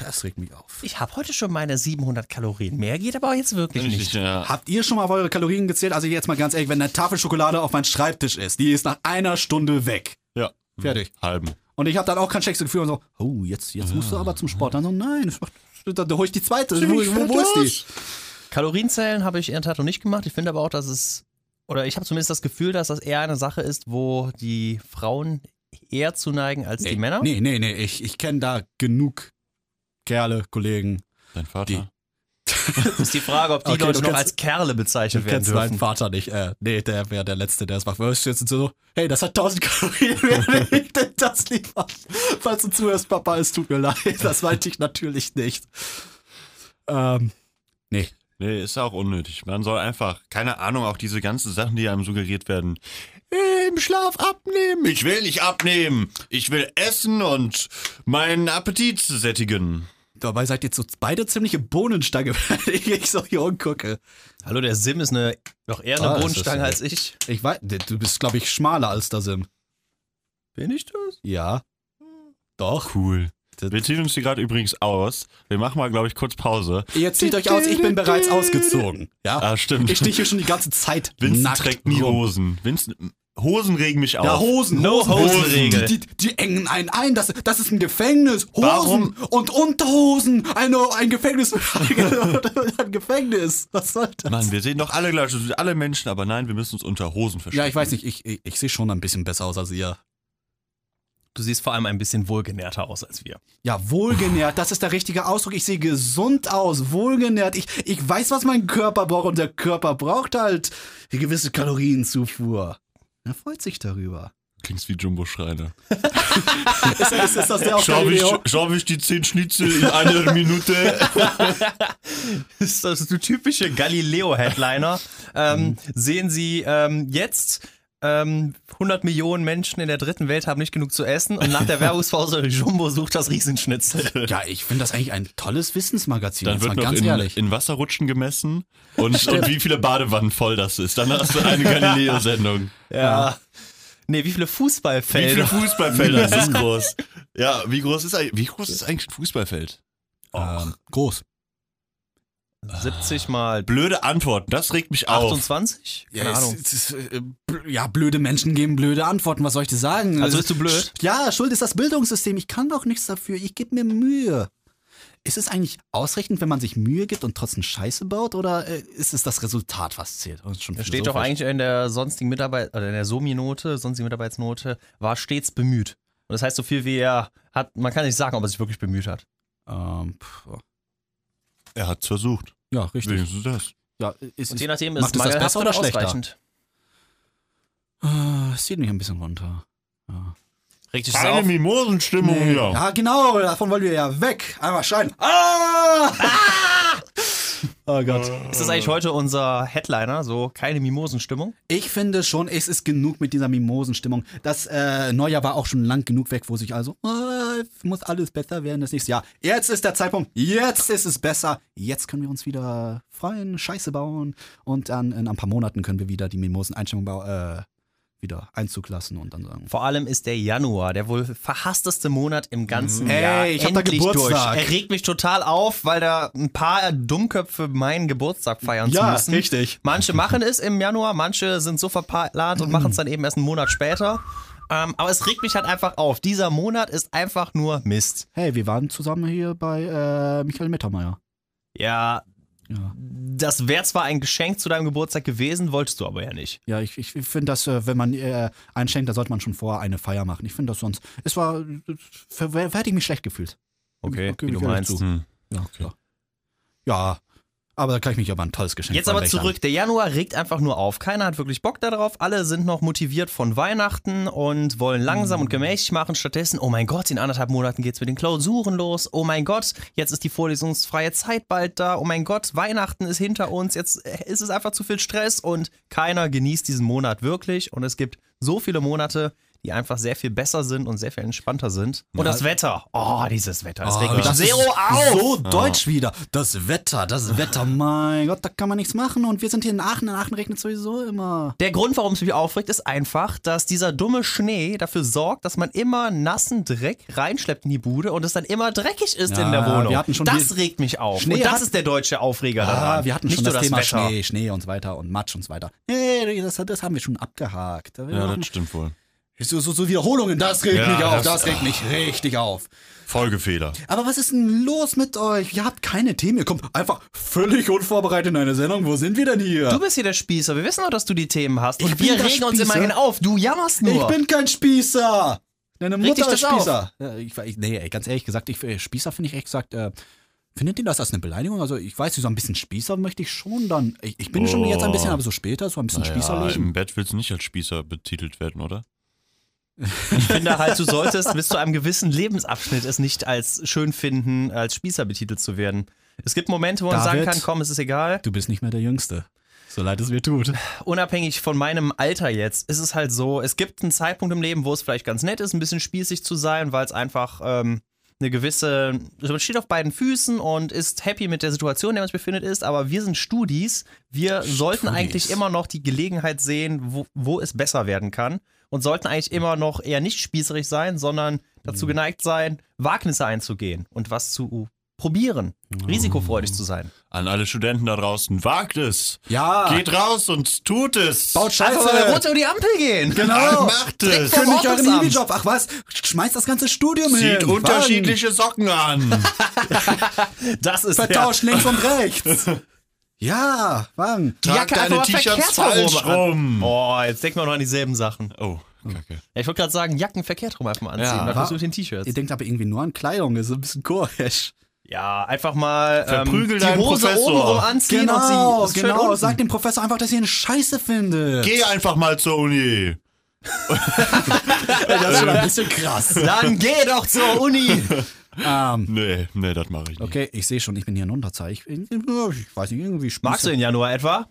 Das regt mich auf.
Ich habe heute schon meine 700 Kalorien. Mehr geht aber jetzt wirklich
Ich, äh,
nicht.
ich, ja.
Habt ihr schon mal auf eure Kalorien gezählt? Also jetzt mal ganz ehrlich, wenn eine Tafel Schokolade auf meinem Schreibtisch ist, die ist nach einer Stunde weg.
ja.
Fertig.
Halben.
Und ich habe dann auch kein schlechtes Gefühl und so, oh, jetzt, jetzt musst du aber zum Sport. Dann so, nein, das macht, dann hol ich die zweite. Wo, wo, wo ist die?
Kalorienzählen habe ich in der Tat noch nicht gemacht. Ich finde aber auch, dass es, oder ich habe zumindest das Gefühl, dass das eher eine Sache ist, wo die Frauen eher zu neigen als die Männer.
Nee, nee, nee, ich, ich kenne da genug Kerle, Kollegen.
Dein Vater.
Die-
Ist die Frage, ob die
Okay,
Leute
du
noch
kennst-
als Kerle bezeichnet werden
Kennst meinen
dürfen.
Vater nicht. Äh, nee, der wäre der Letzte, der es macht. Würdest du jetzt so, hey, das hat 1000 Kalorien, (laughs) mehr, wenn ich denn das lieber? Falls du zuhörst, Papa, es tut mir leid. Das meinte ich natürlich nicht. Ähm, nee,
Nee, ist auch unnötig. Man soll einfach, keine Ahnung, auch diese ganzen Sachen, die einem suggeriert werden. äh, Im Schlaf abnehmen. Ich will nicht abnehmen. Ich will essen und meinen Appetit sättigen.
Dabei seid ihr so beide ziemliche Bohnenstange, (laughs) wenn ich so hier umgucke.
Hallo, der Sim ist eine, noch eher eine
Ah, ist das
Bodenstange
so.
als ich.
Ich weiß, du bist, glaube ich, schmaler als der Sim.
Bin ich das?
Ja. (laughs) Doch.
Cool.
Das-
Wir ziehen uns hier gerade übrigens aus. Wir machen mal, glaube ich, kurz Pause.
Ihr zieht euch aus, ich bin bereits ausgezogen. Ja.
Ah, stimmt.
Ich stehe hier schon die ganze Zeit
Vincent
nackt
trägt nie
rum.
Hosen. Vincent, Hosen regen mich auf.
Ja, Hosen.
No
Hosen.
Hosenregel.
Die, die, die engen einen ein. Das, das ist ein Gefängnis. Hosen
Warum?
und Unterhosen. Eine, ein Gefängnis. (laughs) ein Gefängnis. Was soll das?
Mann, wir sehen doch alle gleich aus, alle Menschen, aber nein, wir müssen uns unter Hosen verstecken.
Ja, ich weiß nicht. Ich, ich, ich sehe schon ein bisschen besser aus als ihr.
Du siehst vor allem ein bisschen wohlgenährter aus als wir.
Ja, wohlgenährt, das ist der richtige Ausdruck. Ich sehe gesund aus, wohlgenährt. Ich, ich weiß, was mein Körper braucht und der Körper braucht halt eine gewisse Kalorienzufuhr. Er freut sich darüber.
Klingst wie Jumbo Schreiner.
Ist, ist, ist das
(laughs)
der
Schau ich,
Galileo?
schau ich die zehn Schnitzel
(laughs)
in einer Minute.
ist (laughs) das ist der typische (laughs) Galileo-Headliner. ähm, sehen Sie ähm, jetzt. Ähm, 100 Millionen Menschen in der dritten Welt haben nicht genug zu essen und nach (laughs) der Werbungspause Jumbo sucht das Riesenschnitzel.
Ja, ich finde das eigentlich ein tolles Wissensmagazin,
Dann
jetzt mal
wird noch
ganz
in,
ehrlich.
in Wasserrutschen gemessen und, und wie viele Badewannen voll das ist. Dann hast du
(laughs)
eine Galileo-Sendung.
Ja. Nee, wie viele
Wie viele
(laughs)
Fußballfelder?
Fußballfelder sind groß? Ja, wie groß ist, eigentlich- wie groß ist eigentlich ein Fußballfeld?
Ähm, groß.
70 mal
Blöde Antwort, das regt mich auf.
28? Keine
ja, es-
Ahnung.
es ist, äh, bl- ja, blöde Menschen geben blöde Antworten, was soll ich dir sagen?
Also bist du blöd?
Sch- Ja, schuld ist das Bildungssystem, ich kann doch nichts dafür, ich gebe mir Mühe. Ist es eigentlich ausreichend, wenn man sich Mühe gibt und trotzdem Scheiße baut oder äh, ist es das Resultat, was zählt? Das ist schon
Da steht doch
philosophisch.
eigentlich in der sonstigen Mitarbeit oder in der Somi-Note, sonstige Mitarbeitsnote, war stets bemüht. Und das heißt, so viel wie er hat, man kann nicht sagen, ob er sich wirklich bemüht hat.
Ähm, pff,
Er hat's versucht.
ja, richtig.
Wenigstens das.
Ja, ist,
Und
ist,
je nachdem
macht
ist
es das
mangelhaft
besser oder schlechter?
ausreichend.
äh, es zieht mich ein bisschen runter.
Richtig
Keine
sauer.
Mimosenstimmung hier.
Ja, genau, davon wollen wir ja weg. Einmal schreien. Ah! (laughs) Oh Gott.
Ist das eigentlich heute unser Headliner? So, keine Mimosenstimmung?
Ich finde schon, es ist genug mit dieser Mimosenstimmung. Das äh, Neujahr war auch schon lang genug weg, wo sich also, äh, muss alles besser werden das nächste Jahr. Jetzt ist der Zeitpunkt, jetzt ist es besser. Jetzt können wir uns wieder freuen, Scheiße bauen. Und dann in ein paar Monaten können wir wieder die Mimosen-Einstellung bau- äh, wieder Einzug lassen und dann sagen.
Vor allem ist der Januar der wohl verhassteste Monat im ganzen
Ey,
Jahr.
Mhm. ich hab da
Endlich
Geburtstag.
Durch. Er regt mich total auf, weil da ein paar Dummköpfe meinen Geburtstag feiern zu
Ja,
müssen.
richtig.
Manche machen es im Januar, manche sind so verplant und machen es dann eben erst einen Monat später. Ähm, aber es regt mich halt einfach auf. Dieser Monat ist einfach nur Mist.
Hey, wir waren zusammen hier bei äh, Michael Mittermeier.
Ja,
Ja.
das wäre zwar ein Geschenk zu deinem Geburtstag gewesen, wolltest du aber ja nicht.
Ja, ich, ich finde das, äh, wenn man äh, einschenkt, da sollte man schon vorher eine Feier machen. Ich finde das sonst, es war, äh, ver- ver- hätte ich mich schlecht gefühlt.
Okay,
Okay,
wie du
ich höre
meinst.
zu.
Hm.
Ja, klar. Ja, aber da kann ich mich aber ein tolles Geschenk
Jetzt aber
vorbereiten.
zurück. Der Januar regt einfach nur auf. Keiner hat wirklich Bock darauf. Alle sind noch motiviert von Weihnachten und wollen langsam
Mhm.
und gemächlich machen. Stattdessen, oh mein Gott, in anderthalb Monaten geht's mit den Klausuren los. Oh mein Gott, jetzt ist die vorlesungsfreie Zeit bald da. Oh mein Gott, Weihnachten ist hinter uns. Jetzt äh, ist es einfach zu viel Stress und keiner genießt diesen Monat wirklich. Und es gibt so viele Monate, die einfach sehr viel besser sind und sehr viel entspannter sind. Und das Wetter. Oh, dieses Wetter. Das regt
Ah,
mich
das
sehr
ist
auf.
So deutsch wieder. Das Wetter, das Wetter, mein Gott, da kann man nichts machen. Und wir sind hier in Aachen. In Aachen regnet sowieso immer.
Der Grund, warum es mich aufregt, ist einfach, dass dieser dumme Schnee dafür sorgt, dass man immer nassen Dreck reinschleppt in die Bude und es dann immer dreckig ist
Ja,
in der Wohnung.
wir hatten schon
das
die-
regt mich auf.
Schnee
und das
hat-
ist der deutsche Aufreger daran.
Ah, wir hatten
Nicht
schon
nur
das, Thema
Wetter.
Schnee, Schnee und so weiter und Matsch und so weiter. Nee, das, das haben wir schon abgehakt. Da
Ja,
machen
das stimmt wohl.
wir- so, so, so Wiederholungen, das regt
Ja,
mich auf,
das-
das regt mich richtig auf.
Folgefehler.
Aber was ist denn los mit euch? Ihr habt keine Themen, ihr kommt einfach völlig unvorbereitet in eine Sendung. Wo sind wir denn hier?
Du bist hier der Spießer. Wir wissen doch, dass du die Themen hast. Und
Ich bin
wir
der
regen uns
Spießer.
immerhin auf. Du jammerst nur.
Ich bin kein Spießer. Deine
Reg dich
Mutter ist
das auf.
Spießer. Ja, ich, ich, nee, ey, ganz ehrlich gesagt, ich, äh, Spießer finde ich echt gesagt, äh, findet ihr das als eine Beleidigung? Also ich weiß, so ein bisschen Spießer möchte ich schon dann. Ich, ich bin schon
Oh.
jetzt ein bisschen, aber so später, so ein bisschen
Ja,
Spießerleben.
Im Bett willst du nicht als Spießer betitelt werden, oder?
Ich finde halt, du solltest bis zu einem gewissen Lebensabschnitt es nicht als schön finden, als Spießer betitelt zu werden. Es gibt Momente, wo man
David?
sagen kann, komm, es ist egal.
Du bist nicht mehr der Jüngste. So leid es mir tut.
Unabhängig von meinem Alter jetzt, ist es halt so, es gibt einen Zeitpunkt im Leben, wo es vielleicht ganz nett ist, ein bisschen spießig zu sein, weil es einfach ähm, eine gewisse, also man steht auf beiden Füßen und ist happy mit der Situation, in der man sich befindet ist, aber wir sind Studis, wir sollten eigentlich immer noch die Gelegenheit sehen, wo, wo es besser werden kann und sollten eigentlich immer noch eher nicht spießerig sein, sondern
Mhm.
dazu geneigt sein, Wagnisse einzugehen und was zu probieren,
Mhm.
risikofreudig zu sein.
An alle Studenten da draußen, wagt es.
Ja.
Geht raus und tut es.
Baut
Einfach mal
Scheiße.
runter über die Ampel gehen.
Genau.
Macht es.
vom
Kündigt euren
Ordnungsamt.
Hiwi-Job. Ach was, schmeißt das ganze Studium hin.
Zieht
Wann?
unterschiedliche Socken an.
Das ist
Vertauscht links und
(laughs)
rechts. Ja, wann?
der,
Trag deine T-Shirts falsch rum.
Oh, jetzt denkt man noch an dieselben Sachen.
(laughs) Oh, kacke.
Ja, ich wollte gerade sagen, Jacken verkehrt rum einfach mal anziehen.
Ja,
dann
wa-
kommst du mit den
Ihr
T-Shirts.
denkt aber irgendwie nur an Kleidung, das ist ein bisschen komisch.
Ja, einfach mal ähm,
Verprügel
die
deinen
Hose
Professor.
obenrum anziehen
Genau,
und sie
genau.
schön
Sag dem Professor einfach, dass ihr eine Scheiße findet.
Geh einfach mal zur Uni.
das ist schon ein bisschen
(laughs)
krass.
unten. Dann geh doch zur Uni.
ähm,
Nee, nee, das mache ich nicht.
okay, ich sehe schon, ich bin hier ein Unterzeichen. Ich, ich weiß nicht, irgendwie Spießer.
(laughs) Magst du den Januar etwa?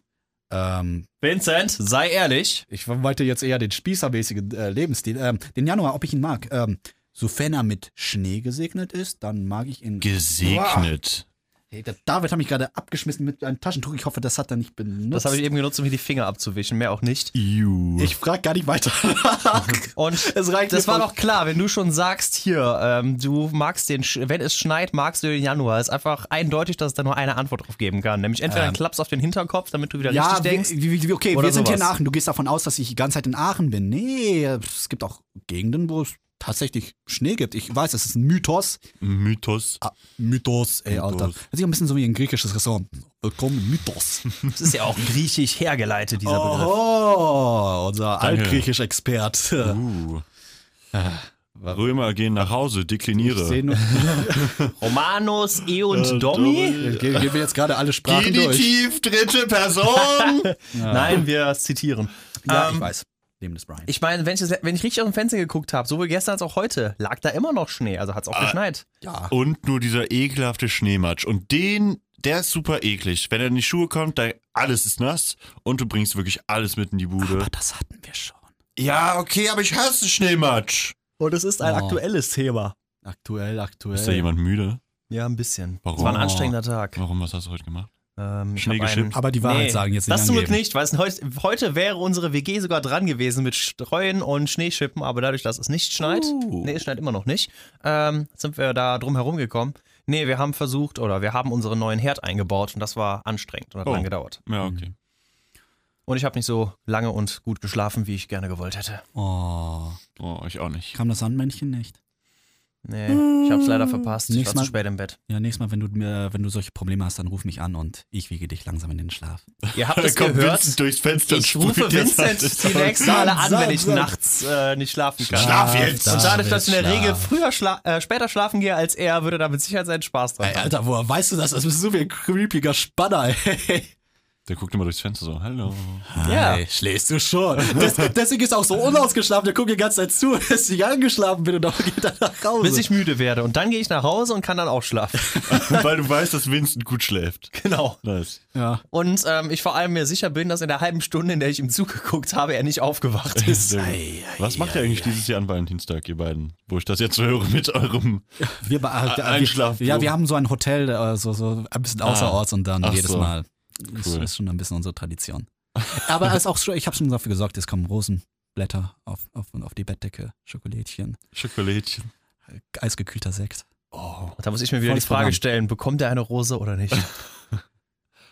Ähm,
Vincent, sei ehrlich.
ich wollte jetzt eher den spießermäßigen äh, Lebensstil. Ähm, den Januar, ob ich ihn mag. Ähm, sofern er mit Schnee gesegnet ist, dann mag ich ihn.
Gesegnet.
Hey, der David hat mich gerade abgeschmissen mit einem Taschentuch. Ich hoffe, das hat er nicht benutzt.
Das habe ich eben genutzt, um mir die Finger abzuwischen, mehr auch nicht.
Iu.
ich frage gar nicht
(laughs)
weiter. (laughs)
Und
Es reicht
das
mir
war
voll.
doch klar, wenn du schon sagst, hier, ähm, du magst den, Sch wenn es schneit, magst du den Januar. Ist einfach eindeutig, dass es da nur eine Antwort drauf geben kann. Nämlich entweder einen Klaps auf den Hinterkopf, damit du wieder richtig
Ähm. wir-
denkst.
wie- wie- okay,
Oder
wir sind hier in
sowas.
Aachen. Du gehst davon aus, dass ich die ganze Zeit in Aachen bin. Nee, es gibt auch Gegenden, wo es tatsächlich Schnee gibt. Ich weiß, das ist ein Mythos.
Mythos.
Ah, Mythos, ey, Alter. Das
Mythos.
ist ein bisschen so wie ein griechisches Restaurant. Willkommen, Mythos.
Das ist ja auch griechisch hergeleitet, dieser Begriff.
Oh, unser
Danke.
Altgriechisch-Expert.
Uh. Römer gehen nach Hause,
Ich
dekliniere.
seh nur-
Romanus, E und
Äh,
Domi?
Domi.
Ge- Gehen wir jetzt gerade alle Sprachen durch.
Genitiv, dritte Person.
Nein, wir zitieren.
Ja,
Ähm,
ich weiß. Leben des Brian.
Ich meine, wenn ich, das- wenn ich richtig aus dem Fenster geguckt habe, sowohl gestern als auch heute, lag da immer noch Schnee. Also hat
Äh,
es auch geschneit.
ja.
Und nur dieser ekelhafte Schneematsch. Und den, der ist super eklig. Wenn er in die Schuhe kommt, da alles ist nass und du bringst wirklich alles mit in die Bude.
Aber das hatten wir schon.
ja, okay, aber ich hasse Schneematsch.
Und es ist
ein
aktuelles Thema.
Oh. Aktuell, aktuell.
Ist da jemand müde?
Ja, ein bisschen.
Warum?
Es war ein anstrengender Tag.
Warum, was hast du heute gemacht?
Ähm, ich
Schnee
hab einen-
geschippt?
Aber die Wahrheit sagen jetzt nicht
Das zum Glück
angeben.
nicht, weil es heute, heute wäre unsere WG sogar dran gewesen mit Streuen und Schneeschippen, aber dadurch, dass es nicht schneit,
Uh.
nee, es schneit immer noch nicht, ähm, sind wir da drum herum gekommen. Nee, wir haben versucht oder wir haben unseren neuen Herd eingebaut und das war anstrengend und hat
Oh.
lang gedauert.
Ja, okay.
Und ich habe nicht so lange und gut geschlafen, wie ich gerne gewollt hätte.
Oh.
Oh, ich auch nicht.
Kam das Sandmännchen nicht?
Nee, ich habe es leider verpasst. Ich
Mm. Nächstes
war zu
Mal-
spät
(laughs)
im Bett.
Ja, nächstes Mal, wenn du, mir, wenn du solche Probleme hast, dann ruf mich an und ich wiege dich langsam in den Schlaf.
Ihr habt es
Da (laughs) kommt
gehört.
Vincent durchs Fenster
Ich
und
rufe
sprüht dir
Vincent
Sand.
die nächsten Male an,
Sag,
wenn ich
sag.
nachts äh, nicht schlafen kann.
Schlaf jetzt!
Und dadurch,
David,
dass ich in der
schlaf.
Regel früher schla äh, später schlafen gehe als er, würde da mit Sicherheit seinen Spaß dran
Ey,
haben.
Alter, woher weißt du das? Das bist du wie ein creepiger Spanner, ey.
Der guckt immer durchs Fenster so, hallo.
Ja.
Ey, schläfst du schon. Des, deswegen ist er auch so unausgeschlafen. Der guckt die ganze Zeit zu, (laughs) dass ich angeschlafen bin und dann geht er nach Hause.
Bis ich müde werde. Und dann gehe ich nach Hause und kann dann
(laughs)
auch schlafen.
Weil du weißt, dass Vincent gut schläft.
genau.
Nice.
ja.
Und ähm, ich vor allem mir sicher bin, dass in der halben Stunde, in der ich ihm zugeguckt habe, er nicht aufgewacht ist.
Sehr gut. Was macht ihr eigentlich dieses Jahr an Valentinstag, ihr beiden? Wo ich das jetzt höre mit eurem.
Wir, be- äh,
Ein Schlaf-
wir, ja, wir haben so ein Hotel, äh, so, so ein bisschen außerorts und dann
Ah. Ach
jedes
so.
Mal. Das
Cool.
ist schon ein bisschen unsere
(laughs)
Tradition. Aber es ist auch, schon- ich habe schon dafür gesorgt, es kommen Rosenblätter auf, auf, auf die Bettdecke, Schokolädchen,
Schokolädchen.
eisgekühlter Sekt.
Oh.
Da muss ich mir wieder
Volles
die Frage
Programm.
stellen, bekommt er eine Rose
(laughs)
oder nicht?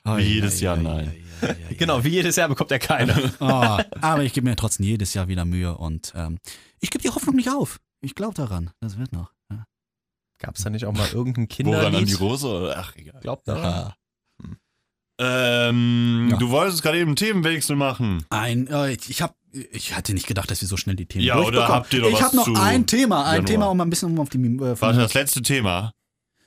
Oi,
jedes
oi,
Jahr
oi,
nein.
oi, oi, oi, (laughs)
genau, wie jedes Jahr bekommt er keine.
Oh, aber ich gebe mir trotzdem jedes Jahr wieder Mühe und ähm, ich gebe die Hoffnung nicht auf. Ich glaube daran. Das wird noch. Ja.
Gab es da nicht auch mal irgendein
Woran an die
Kinderlied?
Rose? oder- Ach, egal.
Glaubt daran.
Ähm,
Ja.
du wolltest gerade eben einen Themenwechsel machen.
Ein, äh, ich ich habe, ich hatte nicht gedacht, dass wir so schnell die Themen
Ja, oder
durchbekommen.
habt ihr noch
ich
was
habe noch
zu
ein Thema, ein
Januar?
Thema, um ein bisschen um auf die Mim- äh,
Warte, das letzte Thema.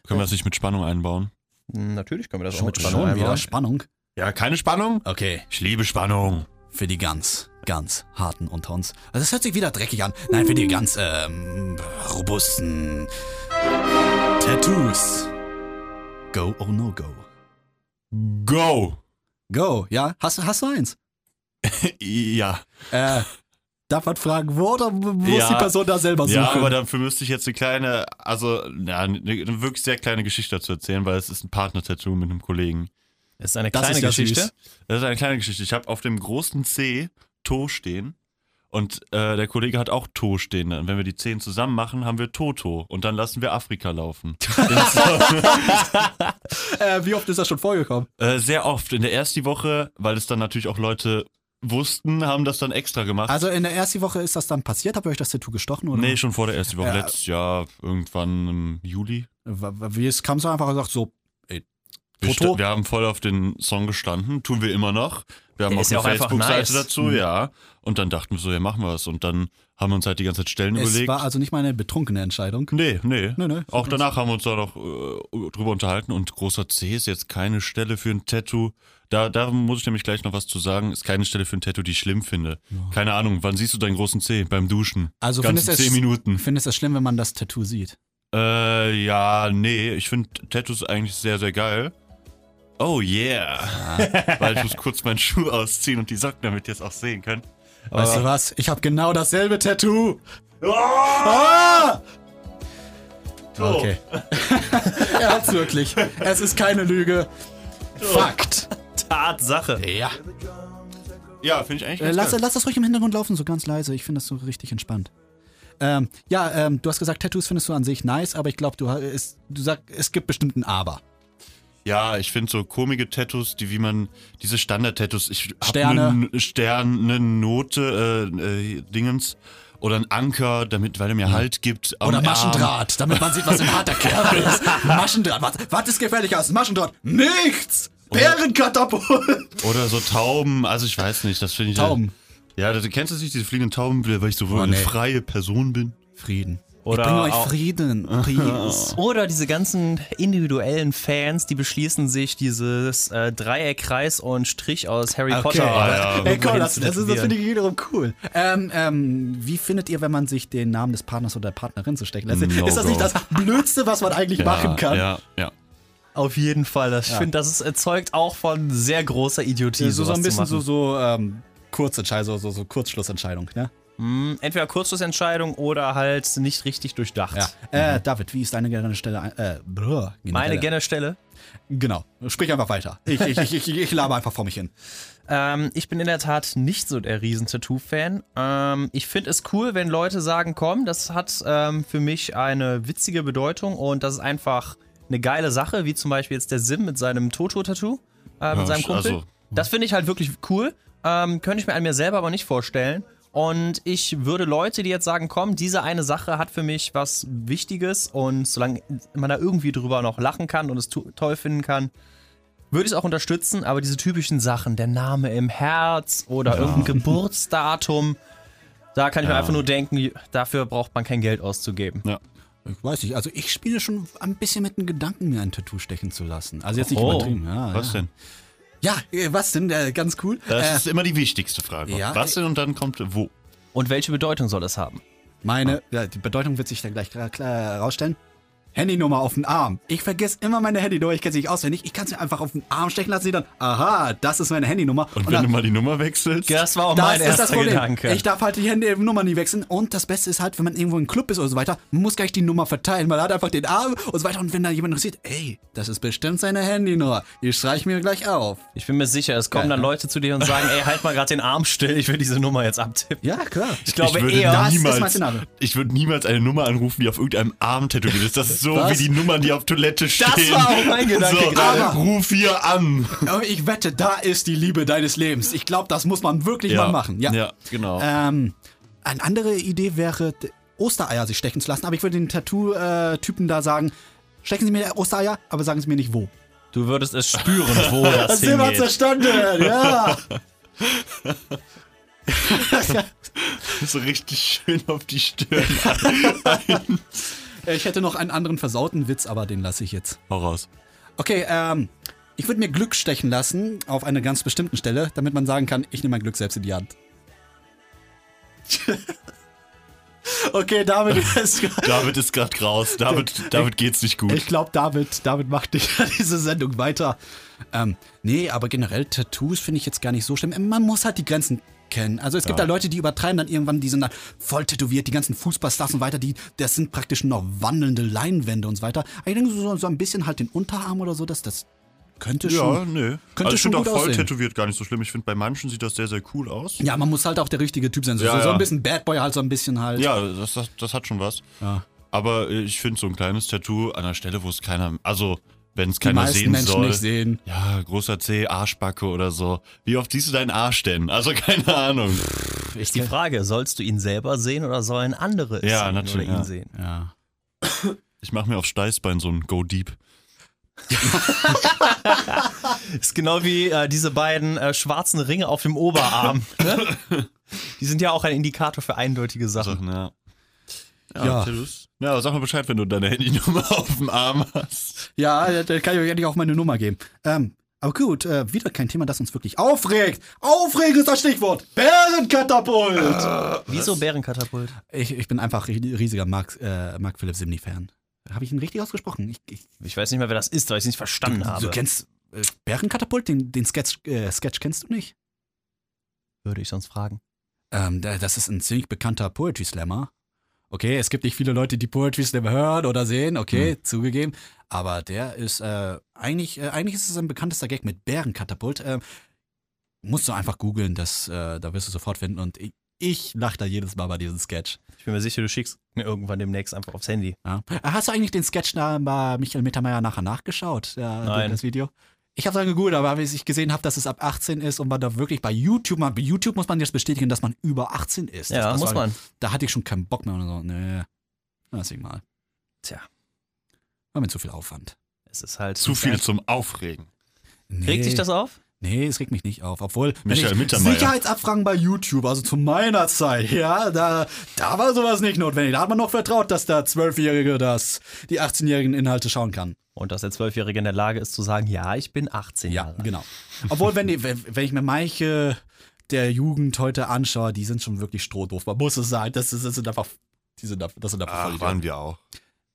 Können wir das nicht mit Spannung einbauen?
Hm, Natürlich können wir das auch
schon,
mit Spannung
schon wieder
einbauen.
Spannung.
Ja, keine Spannung?
Okay,
Ich liebe Spannung.
für die ganz, ganz harten unter uns. Also das hört sich wieder dreckig an. Nein, für die ganz ähm, robusten Tattoos. Go or no go?
Go! (laughs)
Go, ja. Hast, hast du eins?
Ja.
Äh, darf man fragen, wo oder muss
Ja.
die Person da selber suchen?
Ja, aber dafür müsste ich jetzt eine kleine, also ja, eine, eine wirklich sehr kleine Geschichte dazu erzählen, weil es ist ein Partner-Tattoo mit einem Kollegen.
Das ist eine
Das
kleine
ist ja
Geschichte.
süß.
Das ist eine kleine Geschichte. Ich habe auf dem großen C To stehen und äh, der Kollege hat auch To stehen. Und wenn wir die Zehen zusammen machen, haben wir Toto und dann lassen wir Afrika
(laughs)
laufen.
äh, wie oft ist das schon vorgekommen?
äh, sehr oft. In der ersten Woche, weil es dann natürlich auch Leute wussten, haben das dann extra gemacht.
Also in der ersten Woche ist das dann passiert? Habt ihr euch das Tattoo gestochen? Oder?
Nee, schon vor der ersten Woche.
Ja.
Letztes Jahr, irgendwann im Juli.
W- w- Äh, Wie es kam so einfach gesagt, so, ey,
Wir,
Toto?
sta- wir haben voll auf den Song gestanden, tun wir immer noch. Wir haben
Der
auch
ist
eine
ja auch einfach
Facebook-Seite
nice. Mhm.
dazu, ja. Und dann dachten wir so, ja, machen wir es. Und dann haben wir uns halt die ganze Zeit Stellen
es
überlegt.
war also nicht mal eine betrunkene Entscheidung.
Nee, nee.
Nee, nee.
Auch danach haben wir uns da noch äh, drüber unterhalten und großer C ist jetzt keine Stelle für ein Tattoo. Da, da muss ich nämlich gleich noch was zu sagen. Ist keine Stelle für ein Tattoo, die ich schlimm finde. Keine Ahnung, wann siehst du deinen großen C? Beim Duschen.
Also
Ganze
findest du
zehn
es-
Minuten.
Findest du es schlimm, wenn man das Tattoo sieht?
Äh, ja, nee. Ich finde Tattoos eigentlich sehr, sehr geil. Oh yeah.
Ah.
(laughs) Weil ich muss kurz meinen Schuh ausziehen und die Socken, damit ihr es auch sehen könnt.
Weißt du was? Ich habe genau dasselbe Tattoo. Ah! Okay. (laughs) er hat's wirklich. Es ist keine Lüge. Fakt.
Tatsache.
Ja.
Ja, finde ich eigentlich
Äh,
ganz
lass,
geil.
lass das ruhig im Hintergrund laufen, so ganz leise. Ich finde das so richtig entspannt. Ähm, ja, ähm, du hast gesagt, Tattoos findest du an sich nice, aber ich glaube, du, ha- ist- du sagst, es gibt bestimmt ein Aber.
Ja, ich finde so komische Tattoos, die wie man, diese Standard-Tattoos, ich hab
Sterne.
nen- Stern, eine Note, äh, äh, Dingens. Oder ein Anker, damit, weil er mir Halt gibt. am
Oder
Arm.
Maschendraht, damit man sieht, was ein harter Kerl ist. Maschendraht, was, was ist gefährlicher als ein Maschendraht? Nichts! Bärenkatapult!
Oder so Tauben, also ich weiß nicht, das finde ich. halt,
Tauben. Oh,
Ja, das, kennst du das nicht, diese fliegenden Tauben, weil ich so wohl
nee.
eine freie Person bin?
Frieden.
Oder
ich bringe euch (laughs)
auch-
Frieden. Peace.
Oder diese ganzen individuellen Fans, die beschließen sich, dieses äh, Dreieck, Kreis und Strich aus Harry Potter.
ja.
Äh, Ey, komm,
Wohin
das,
zu
das, ist- das
tätowieren.
finde ich wiederum cool. Ähm, ähm, wie findet ihr, wenn man sich den Namen des Partners oder der Partnerin zu stecken lässt?
No
ist das
go.
nicht das Blödste, was man eigentlich machen kann?
Ja, ja.
Auf jeden Fall. Das, Ich finde, das ist erzeugt auch von sehr großer Idiotie.
so, so
sowas
ein
zu
bisschen
machen.
so, so ähm, Kurzentscheidung, so, so Kurzschlussentscheidung, ne?
Entweder Kurzschlussentscheidung oder halt nicht richtig durchdacht.
Äh, David, wie ist deine generelle Stelle? ein- Äh, brr,
Meine
generelle-
gerne Stelle.
Genau. Sprich einfach weiter. Ich, ich, ich, ich, ich laber einfach vor mich hin.
Ähm, ich bin in der Tat nicht so der Riesen-Tattoo-Fan. Ähm, ich finde es cool, wenn Leute sagen, komm, das hat ähm, für mich eine witzige Bedeutung und das ist einfach eine geile Sache, wie zum Beispiel jetzt der Sim mit seinem Toto-Tattoo, äh, mit
Ja,
seinem Kumpel.
also-
das finde ich halt wirklich cool. Ähm, könnte ich mir an mir selber aber nicht vorstellen. Und ich würde Leute, die jetzt sagen, komm, diese eine Sache hat für mich was Wichtiges und solange man da irgendwie drüber noch lachen kann und es tu- toll finden kann, würde ich es auch unterstützen, aber diese typischen Sachen, der Name im Herz oder irgendein Geburtsdatum, da kann ich mir einfach nur denken, dafür braucht man kein Geld auszugeben.
ja.
Ich weiß nicht, also ich spiele schon ein bisschen mit dem Gedanken, mir ein Tattoo stechen zu lassen. Also jetzt nicht
Oh,
übertrieben. Ja, ja.
Was denn?
Ja, äh, was denn? Äh, ganz cool.
Das
Äh,
ist immer die wichtigste Frage.
ja,
was denn und dann kommt wo?
Und welche Bedeutung soll das haben?
meine, ja, die Bedeutung wird sich dann gleich klar, klar herausstellen. Handynummer auf den Arm. Ich vergesse immer meine Handynummer, ich kenne sie nicht auswendig. Ich kann sie einfach auf den Arm stechen lassen, sie dann, aha, das ist meine Handynummer.
Und, wenn
dann,
du mal die Nummer wechselst?
Das war auch
Das
Oh, mein
ist das
erster
Problem.
Gedanke.
Ich darf halt die Handynummer nie wechseln. Und das Beste ist halt, wenn man irgendwo im Club ist oder so weiter, man muss gleich die Nummer verteilen. Man hat einfach den Arm und so weiter. Und wenn da jemand interessiert, ey, das ist bestimmt seine Handynummer. Die schreibe ich mir gleich auf.
Ich bin mir sicher, es kommen
Geil,
dann
ne?
Leute zu dir und sagen, ey, halt mal gerade den Arm still, ich will diese Nummer jetzt abtippen.
Ja, klar.
Ich glaube
ich würde
eher,
das ist mein
niemals,
Szenario.
ich würde niemals eine Nummer anrufen, die auf irgendeinem Arm tätowiert ist. Das ist so
Was?
wie die Nummern, die auf Toilette stehen.
war auch mein Gedanke
So,
gerade.
aber- ruf hier an.
Aber ich wette, da ist die Liebe deines Lebens. Ich glaube, das muss man wirklich mal machen. Ja.
genau.
Ähm, eine andere Idee wäre, d- Ostereier sich stechen zu lassen. Aber ich würde den Tattoo-Typen da sagen, stechen Sie mir Ostereier, aber sagen Sie mir nicht wo.
Du würdest es spüren,
(laughs)
wo das
Sehen wir uns
hingeht.
verstanden, ja.
so richtig schön auf die Stirn.
(laughs) Ich hätte noch einen anderen versauten Witz, aber den lasse ich jetzt.
Hau raus.
Okay, ähm, ich würde mir Glück stechen lassen auf einer ganz bestimmten Stelle, damit man sagen kann, ich nehme mein Glück selbst in die Hand. (laughs) Okay, David (laughs) ist.
David ist gerade raus. David, David geht's nicht gut.
Ich glaube, David, David macht dich (laughs) diese Sendung weiter. Ähm, nee, aber generell Tattoos finde ich jetzt gar nicht so schlimm. Man muss halt die Grenzen kennen. Also es gibt da Leute, die übertreiben dann irgendwann, die sind dann voll tätowiert, die ganzen Fußballstars und weiter, die, das sind praktisch noch wandelnde Leinwände und so weiter. Aber ich denke so, so ein bisschen halt den Unterarm oder so, dass das könnte
ja,
schon.
nö.
Könnte
also ich
schon
finde auch
gut
voll
aussehen.
tätowiert gar nicht so schlimm. Ich finde, bei manchen sieht das sehr, sehr cool aus.
Ja, man muss halt auch der richtige Typ sein. So,
Ja,
so, so
ja.
ein bisschen Bad Boy halt, so ein bisschen halt.
Ja, das, das, das hat schon was.
Ja.
Aber äh, ich finde so ein kleines Tattoo an der Stelle, wo es keiner, also wenn es keiner
meisten
sehen
Menschen
soll.
nicht sehen.
Ja, großer C, Arschbacke oder so. Wie oft siehst du deinen Arsch denn? Also (laughs) keine Ahnung.
Ist die Frage, sollst du ihn selber sehen oder sollen andere es
Ja,
sehen oder
natürlich,
ihn
ja.
sehen?
Ja.
Ich mache mir aufs Steißbein so ein Go Deep.
Ist genau wie äh, diese beiden äh, schwarzen Ringe auf dem Oberarm.
(laughs)
ne? Die sind ja auch ein Indikator für eindeutige Sachen.
Sachen, ja.
Ja.
Tattoos. Ja, aber sag mal Bescheid, wenn du deine Handynummer (laughs) auf dem Arm hast.
Ja, da kann ich euch endlich auch meine Nummer geben. Ähm, aber gut, äh, wieder kein Thema, das uns wirklich aufregt. Aufregen ist das Stichwort. Bärenkatapult.
Wieso Bärenkatapult?
Äh, Ich, ich bin einfach ri- riesiger Mark, äh, Mark Philipp Simni-Fan. Habe ich ihn richtig ausgesprochen? Ich, ich,
Ich weiß nicht mehr, wer das ist, weil ich es nicht verstanden habe.
Hm, du kennst äh, Bärenkatapult? Den, den Sketch, äh, Sketch kennst du nicht?
Würde ich sonst fragen.
Ähm, da- das ist ein ziemlich bekannter Poetry Slammer. Okay, es gibt nicht viele Leute, die Poetry Slam hören oder sehen, okay,
Hm.
zugegeben. Aber der ist, äh, eigentlich, äh, eigentlich ist es ein bekanntester Gag mit Bärenkatapult. Ähm, musst du einfach googeln, das, äh, da wirst du sofort finden. Und ich, ich lache da jedes Mal bei diesem Sketch.
Ich bin mir sicher, du schickst mir irgendwann demnächst einfach aufs Handy.
Ja. Äh, Hast du eigentlich den Sketch da bei Michael Mittermeier nachher nachgeschaut? Ja,
Nein.
Das Video? Ich habe dann gegoogelt, aber als ich gesehen habe, dass es ab 18 ist und man da wirklich bei YouTube, man, bei YouTube muss man jetzt bestätigen, dass man über 18 ist.
Ja,
das, das
muss
war-
man.
Da hatte ich schon keinen Bock mehr und so, nee, lass ich mal.
Tja,
War mir zu viel Aufwand.
es ist halt
Zu viel zum Aufregen.
Nee,
Regt dich das auf?
Nee, es regt mich nicht auf. Obwohl, wenn
Michael
ich
Mittermeier.
Sicherheitsabfragen bei YouTube, also zu meiner Zeit, ja, da, da war sowas nicht notwendig. Da hat man noch vertraut, dass der Zwölfjährige das, die 18-jährigen Inhalte schauen kann.
Und dass der Zwölfjährige in der Lage ist zu sagen, ja, ich bin 18
Ja,
Jahre alt.
genau. Obwohl, wenn, die, wenn wenn ich mir Maike der Jugend heute anschaue, die sind schon wirklich strohdoof. Man muss es sagen, das, das, das sind einfach, die sind, einfach- das sind einfach
Ach,
Vollidioten.
Ah, waren wir auch.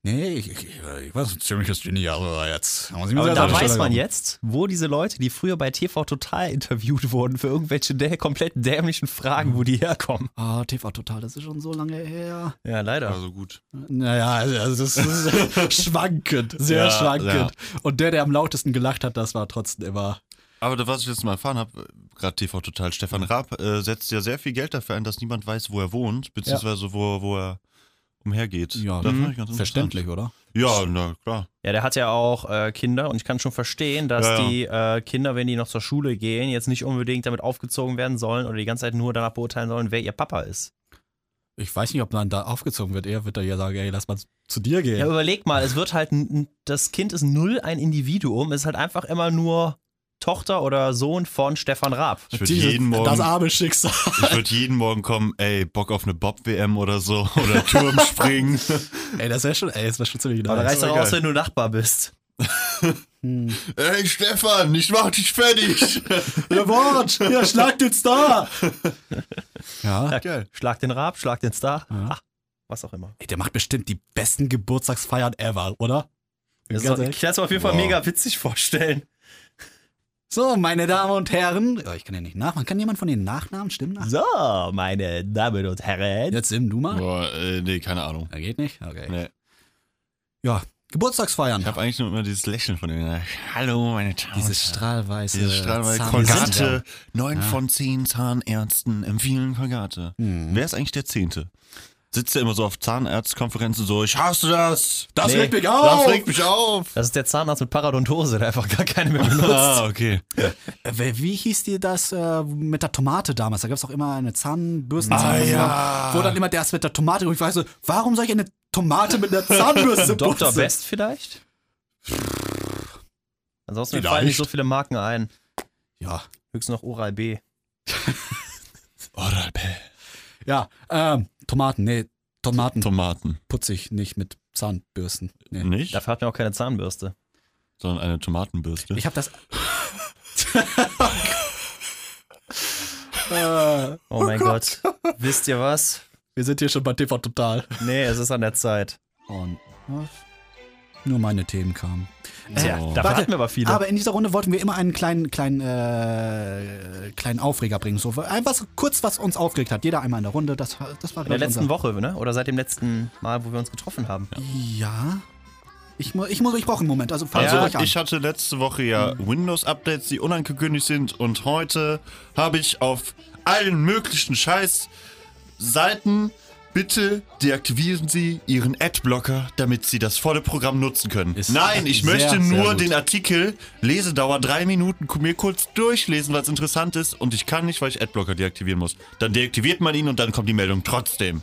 Nee, ich, ich, ich war so ein ziemliches Genie, aber jetzt. muss ich mir
Aber
selber
da
eine
weiß
Stelle
man
geben.
jetzt, wo diese Leute, die früher bei TV Total interviewt wurden, für irgendwelche dä komplett dämlichen Fragen, wo die herkommen.
Ah, TV Total, das ist schon so lange her.
Ja, leider.
Also gut.
Naja, also das ist (laughs) schwankend, sehr
Ja,
schwankend. Und der, der am lautesten gelacht hat, das war trotzdem immer.
Aber da, was ich jetzt mal erfahren äh, habe, gerade TV Total, Stefan Raab äh, setzt ja sehr viel Geld dafür ein, dass niemand weiß, wo er wohnt, beziehungsweise wo, wo er umhergeht.
Ja,
das
mhm.
fand ich ganz interessant.
Verständlich, oder?
Ja, na klar.
Ja, der hat ja auch äh, Kinder und ich kann schon verstehen, dass
Ja, ja.
die äh, Kinder, wenn die noch zur Schule gehen, jetzt nicht unbedingt damit aufgezogen werden sollen oder die ganze Zeit nur danach beurteilen sollen, wer ihr Papa ist.
Ich weiß nicht, ob man da aufgezogen wird. Er wird da ja sagen, ey, lass mal zu dir gehen.
Ja, überleg mal, es wird halt, n- n- das Kind ist null ein Individuum, es ist halt einfach immer nur Tochter oder Sohn von Stefan Raab.
Ich würde
Dieses-
jeden,
Das
Morgen-
arme Schicksal.
ich würd jeden Morgen kommen, ey, Bock auf eine Bob-WM oder (laughs) so, oder Turmspringen.
(laughs) ey, das wäre schon, ey, das wäre schon ziemlich
Aber da
nice.
reicht doch
egal.
aus, wenn du Nachbar bist.
Hm.
(laughs) ey, Stefan, ich mach dich fertig.
Ihr Wort, ihr schlagt den Star. ja.
(laughs) Geil.
Schlag den Raab, schlag den Star,
Ja.
ach, was auch immer.
Ey, der macht bestimmt die besten Geburtstagsfeiern ever, oder?
Das
Ganz
ist-
ehrlich.
ich kann es mir auf jeden Fall
Boah.
mega witzig vorstellen.
So, meine Damen und Herren. Ja, ich kann ja nicht nachmachen. Kann jemand von den Nachnamen stimmen? Nach
So, meine Damen und Herren.
Jetzt im Numa?
Boah, äh, nee, keine Ahnung.
Er geht nicht? Okay.
Nee.
Ja, Geburtstagsfeiern.
Ich habe eigentlich nur immer dieses Lächeln von denen. Hallo, meine Damen. und
Diese
Herren.
strahlweiße
Diese strahlweise
Zahn-
Kolgate. Neun von zehn Zahnärzten empfehlen Kolgate. Wer ist eigentlich der Zehnte? Sitzt er immer so auf Zahnarztkonferenzen so, ich hasse das!
Das
Nee,
regt mich auf!
Das regt mich auf!
Das ist der Zahnarzt mit Paradontose, der einfach gar keine mehr benutzt.
(laughs) Ah, okay.
Äh, wer- Wie hieß dir das äh, mit der Tomate damals? Da gab es auch immer eine Zahnbürsten,
Ah, ja.
wo dann immer der ist mit der Tomate. Und ich weiß so, warum soll ich eine Tomate mit einer
(laughs)
Zahnbürste
Dr.
putzen?
Best vielleicht? Ansonsten mir fallen
Vielleicht.
nicht so viele Marken ein.
Ja,
Höchstens noch Oral B.
Oral-B.
ja. Ähm, Tomaten, nee, Tomaten
Tomaten.
putze ich nicht mit Zahnbürsten. Nee.
Nicht?
Dafür hat man auch keine Zahnbürste.
Sondern eine Tomatenbürste.
Ich habe das. äh, Ah.
Oh
Oh, mein Gott. Wisst ihr was?
Wir sind hier schon bei TV Total.
Nee, es ist an der Zeit.
Und äh, nur meine Themen kamen.
Tja,
Oh.
da hatten wir aber viele.
Aber in dieser Runde wollten wir immer einen kleinen, kleinen, äh, kleinen Aufreger bringen. So was, kurz, was uns aufgeregt hat. Jeder einmal in der Runde. Das, das war
in der letzten
unser-
Woche, ne? Oder seit dem letzten Mal, wo wir uns getroffen haben.
Ja. Ich, mu- ich, muss, ich brauche einen Moment. Also fang
Also
ruhig an.
ich hatte letzte Woche ja Windows-Updates, die unangekündigt sind und heute habe ich auf allen möglichen Scheiß-Seiten bitte deaktivieren Sie Ihren Adblocker, damit Sie das volle Programm nutzen können.
Ist
Nein, ich
sehr,
möchte
sehr
nur
gut.
den Artikel Lesedauer drei Minuten ku- mir kurz durchlesen, was interessant ist und ich kann nicht, weil ich Adblocker deaktivieren muss. Dann deaktiviert man ihn und dann kommt die Meldung trotzdem.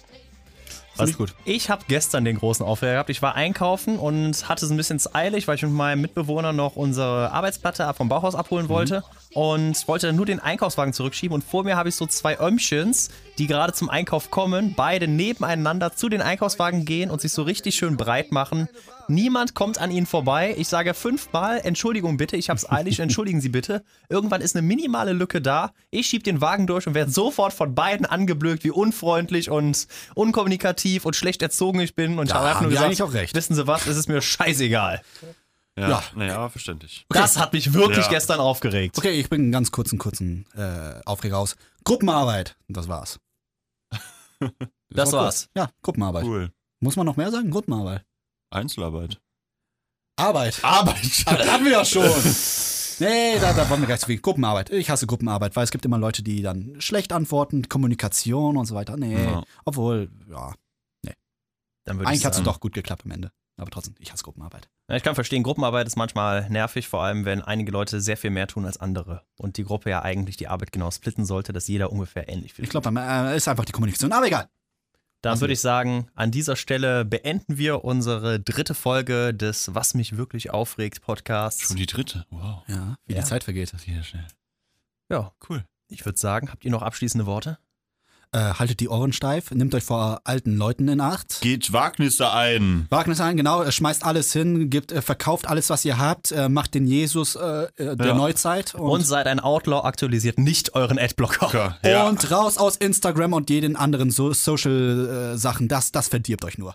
Was gut. Ich habe gestern den großen Aufreger gehabt. Ich war einkaufen und hatte es ein bisschen eilig, weil ich mit meinem Mitbewohner noch unsere Arbeitsplatte ab- vom Bauhaus abholen wollte und wollte dann nur den Einkaufswagen zurückschieben. Und vor mir habe ich so zwei Ömchens, die gerade zum Einkauf kommen, beide nebeneinander zu den Einkaufswagen gehen und sich so richtig schön breit machen. Niemand kommt an ihnen vorbei. Ich sage fünfmal, Entschuldigung bitte, ich hab's eilig, entschuldigen Sie bitte. Irgendwann ist eine minimale Lücke da. Ich schieb den Wagen durch und werde sofort von beiden angeblökt, wie unfreundlich und unkommunikativ und schlecht erzogen ich bin. Und ich
Da
habe einfach
haben
nur
die
gesagt,
eigentlich auch recht.
wissen Sie was, es ist mir scheißegal.
Ja,
Ja.
naja, verständlich.
Das hat mich wirklich
Ja.
gestern aufgeregt.
Okay, ich bringe einen ganz kurzen, kurzen äh, Aufreger aus. Gruppenarbeit. Das war's.
Das
war kurz.
war's.
Ja, Gruppenarbeit.
Cool.
Muss man noch mehr sagen? Gruppenarbeit.
Einzelarbeit.
Arbeit.
Arbeit.
Aber Ah, das haben wir ja schon. (laughs) Nee, da, da wollen wir gleich zu viel. Gruppenarbeit. Ich hasse Gruppenarbeit, weil es gibt immer Leute, die dann schlecht antworten, Kommunikation und so weiter. Nee.
Ja.
Obwohl, ja,
Dann würde ich
eigentlich hat es
sagen.
doch gut geklappt am Ende. Aber trotzdem, ich hasse Gruppenarbeit.
Ja, Ich kann verstehen, Gruppenarbeit ist manchmal nervig, vor allem wenn einige Leute sehr viel mehr tun als andere. Und die Gruppe ja eigentlich die Arbeit genau splitten sollte, dass jeder ungefähr ähnlich viel
Ich glaube, da äh, ist einfach die Kommunikation. Aber egal.
Dann würde ich sagen, an dieser Stelle beenden wir unsere dritte Folge des Was mich wirklich aufregt Podcasts.
Schon die dritte. Wow.
Ja, wie
Ja.
die Zeit vergeht.
Das geht ja schnell.
Ja,
Cool.
ich würde sagen, habt ihr noch abschließende Worte?
Äh, haltet die Ohren steif, nehmt euch vor alten Leuten in Acht.
Geht Wagnisse ein.
Wagnis ein, genau, äh, schmeißt alles hin, gibt, äh, verkauft alles, was ihr habt, äh, macht den Jesus äh, äh, der
Ja.
Neuzeit und,
Und, seid ein Outlaw, aktualisiert nicht euren Adblocker.
Ja.
und raus aus Instagram und jeden anderen so Social-Sachen. äh, das, das verdirbt euch nur.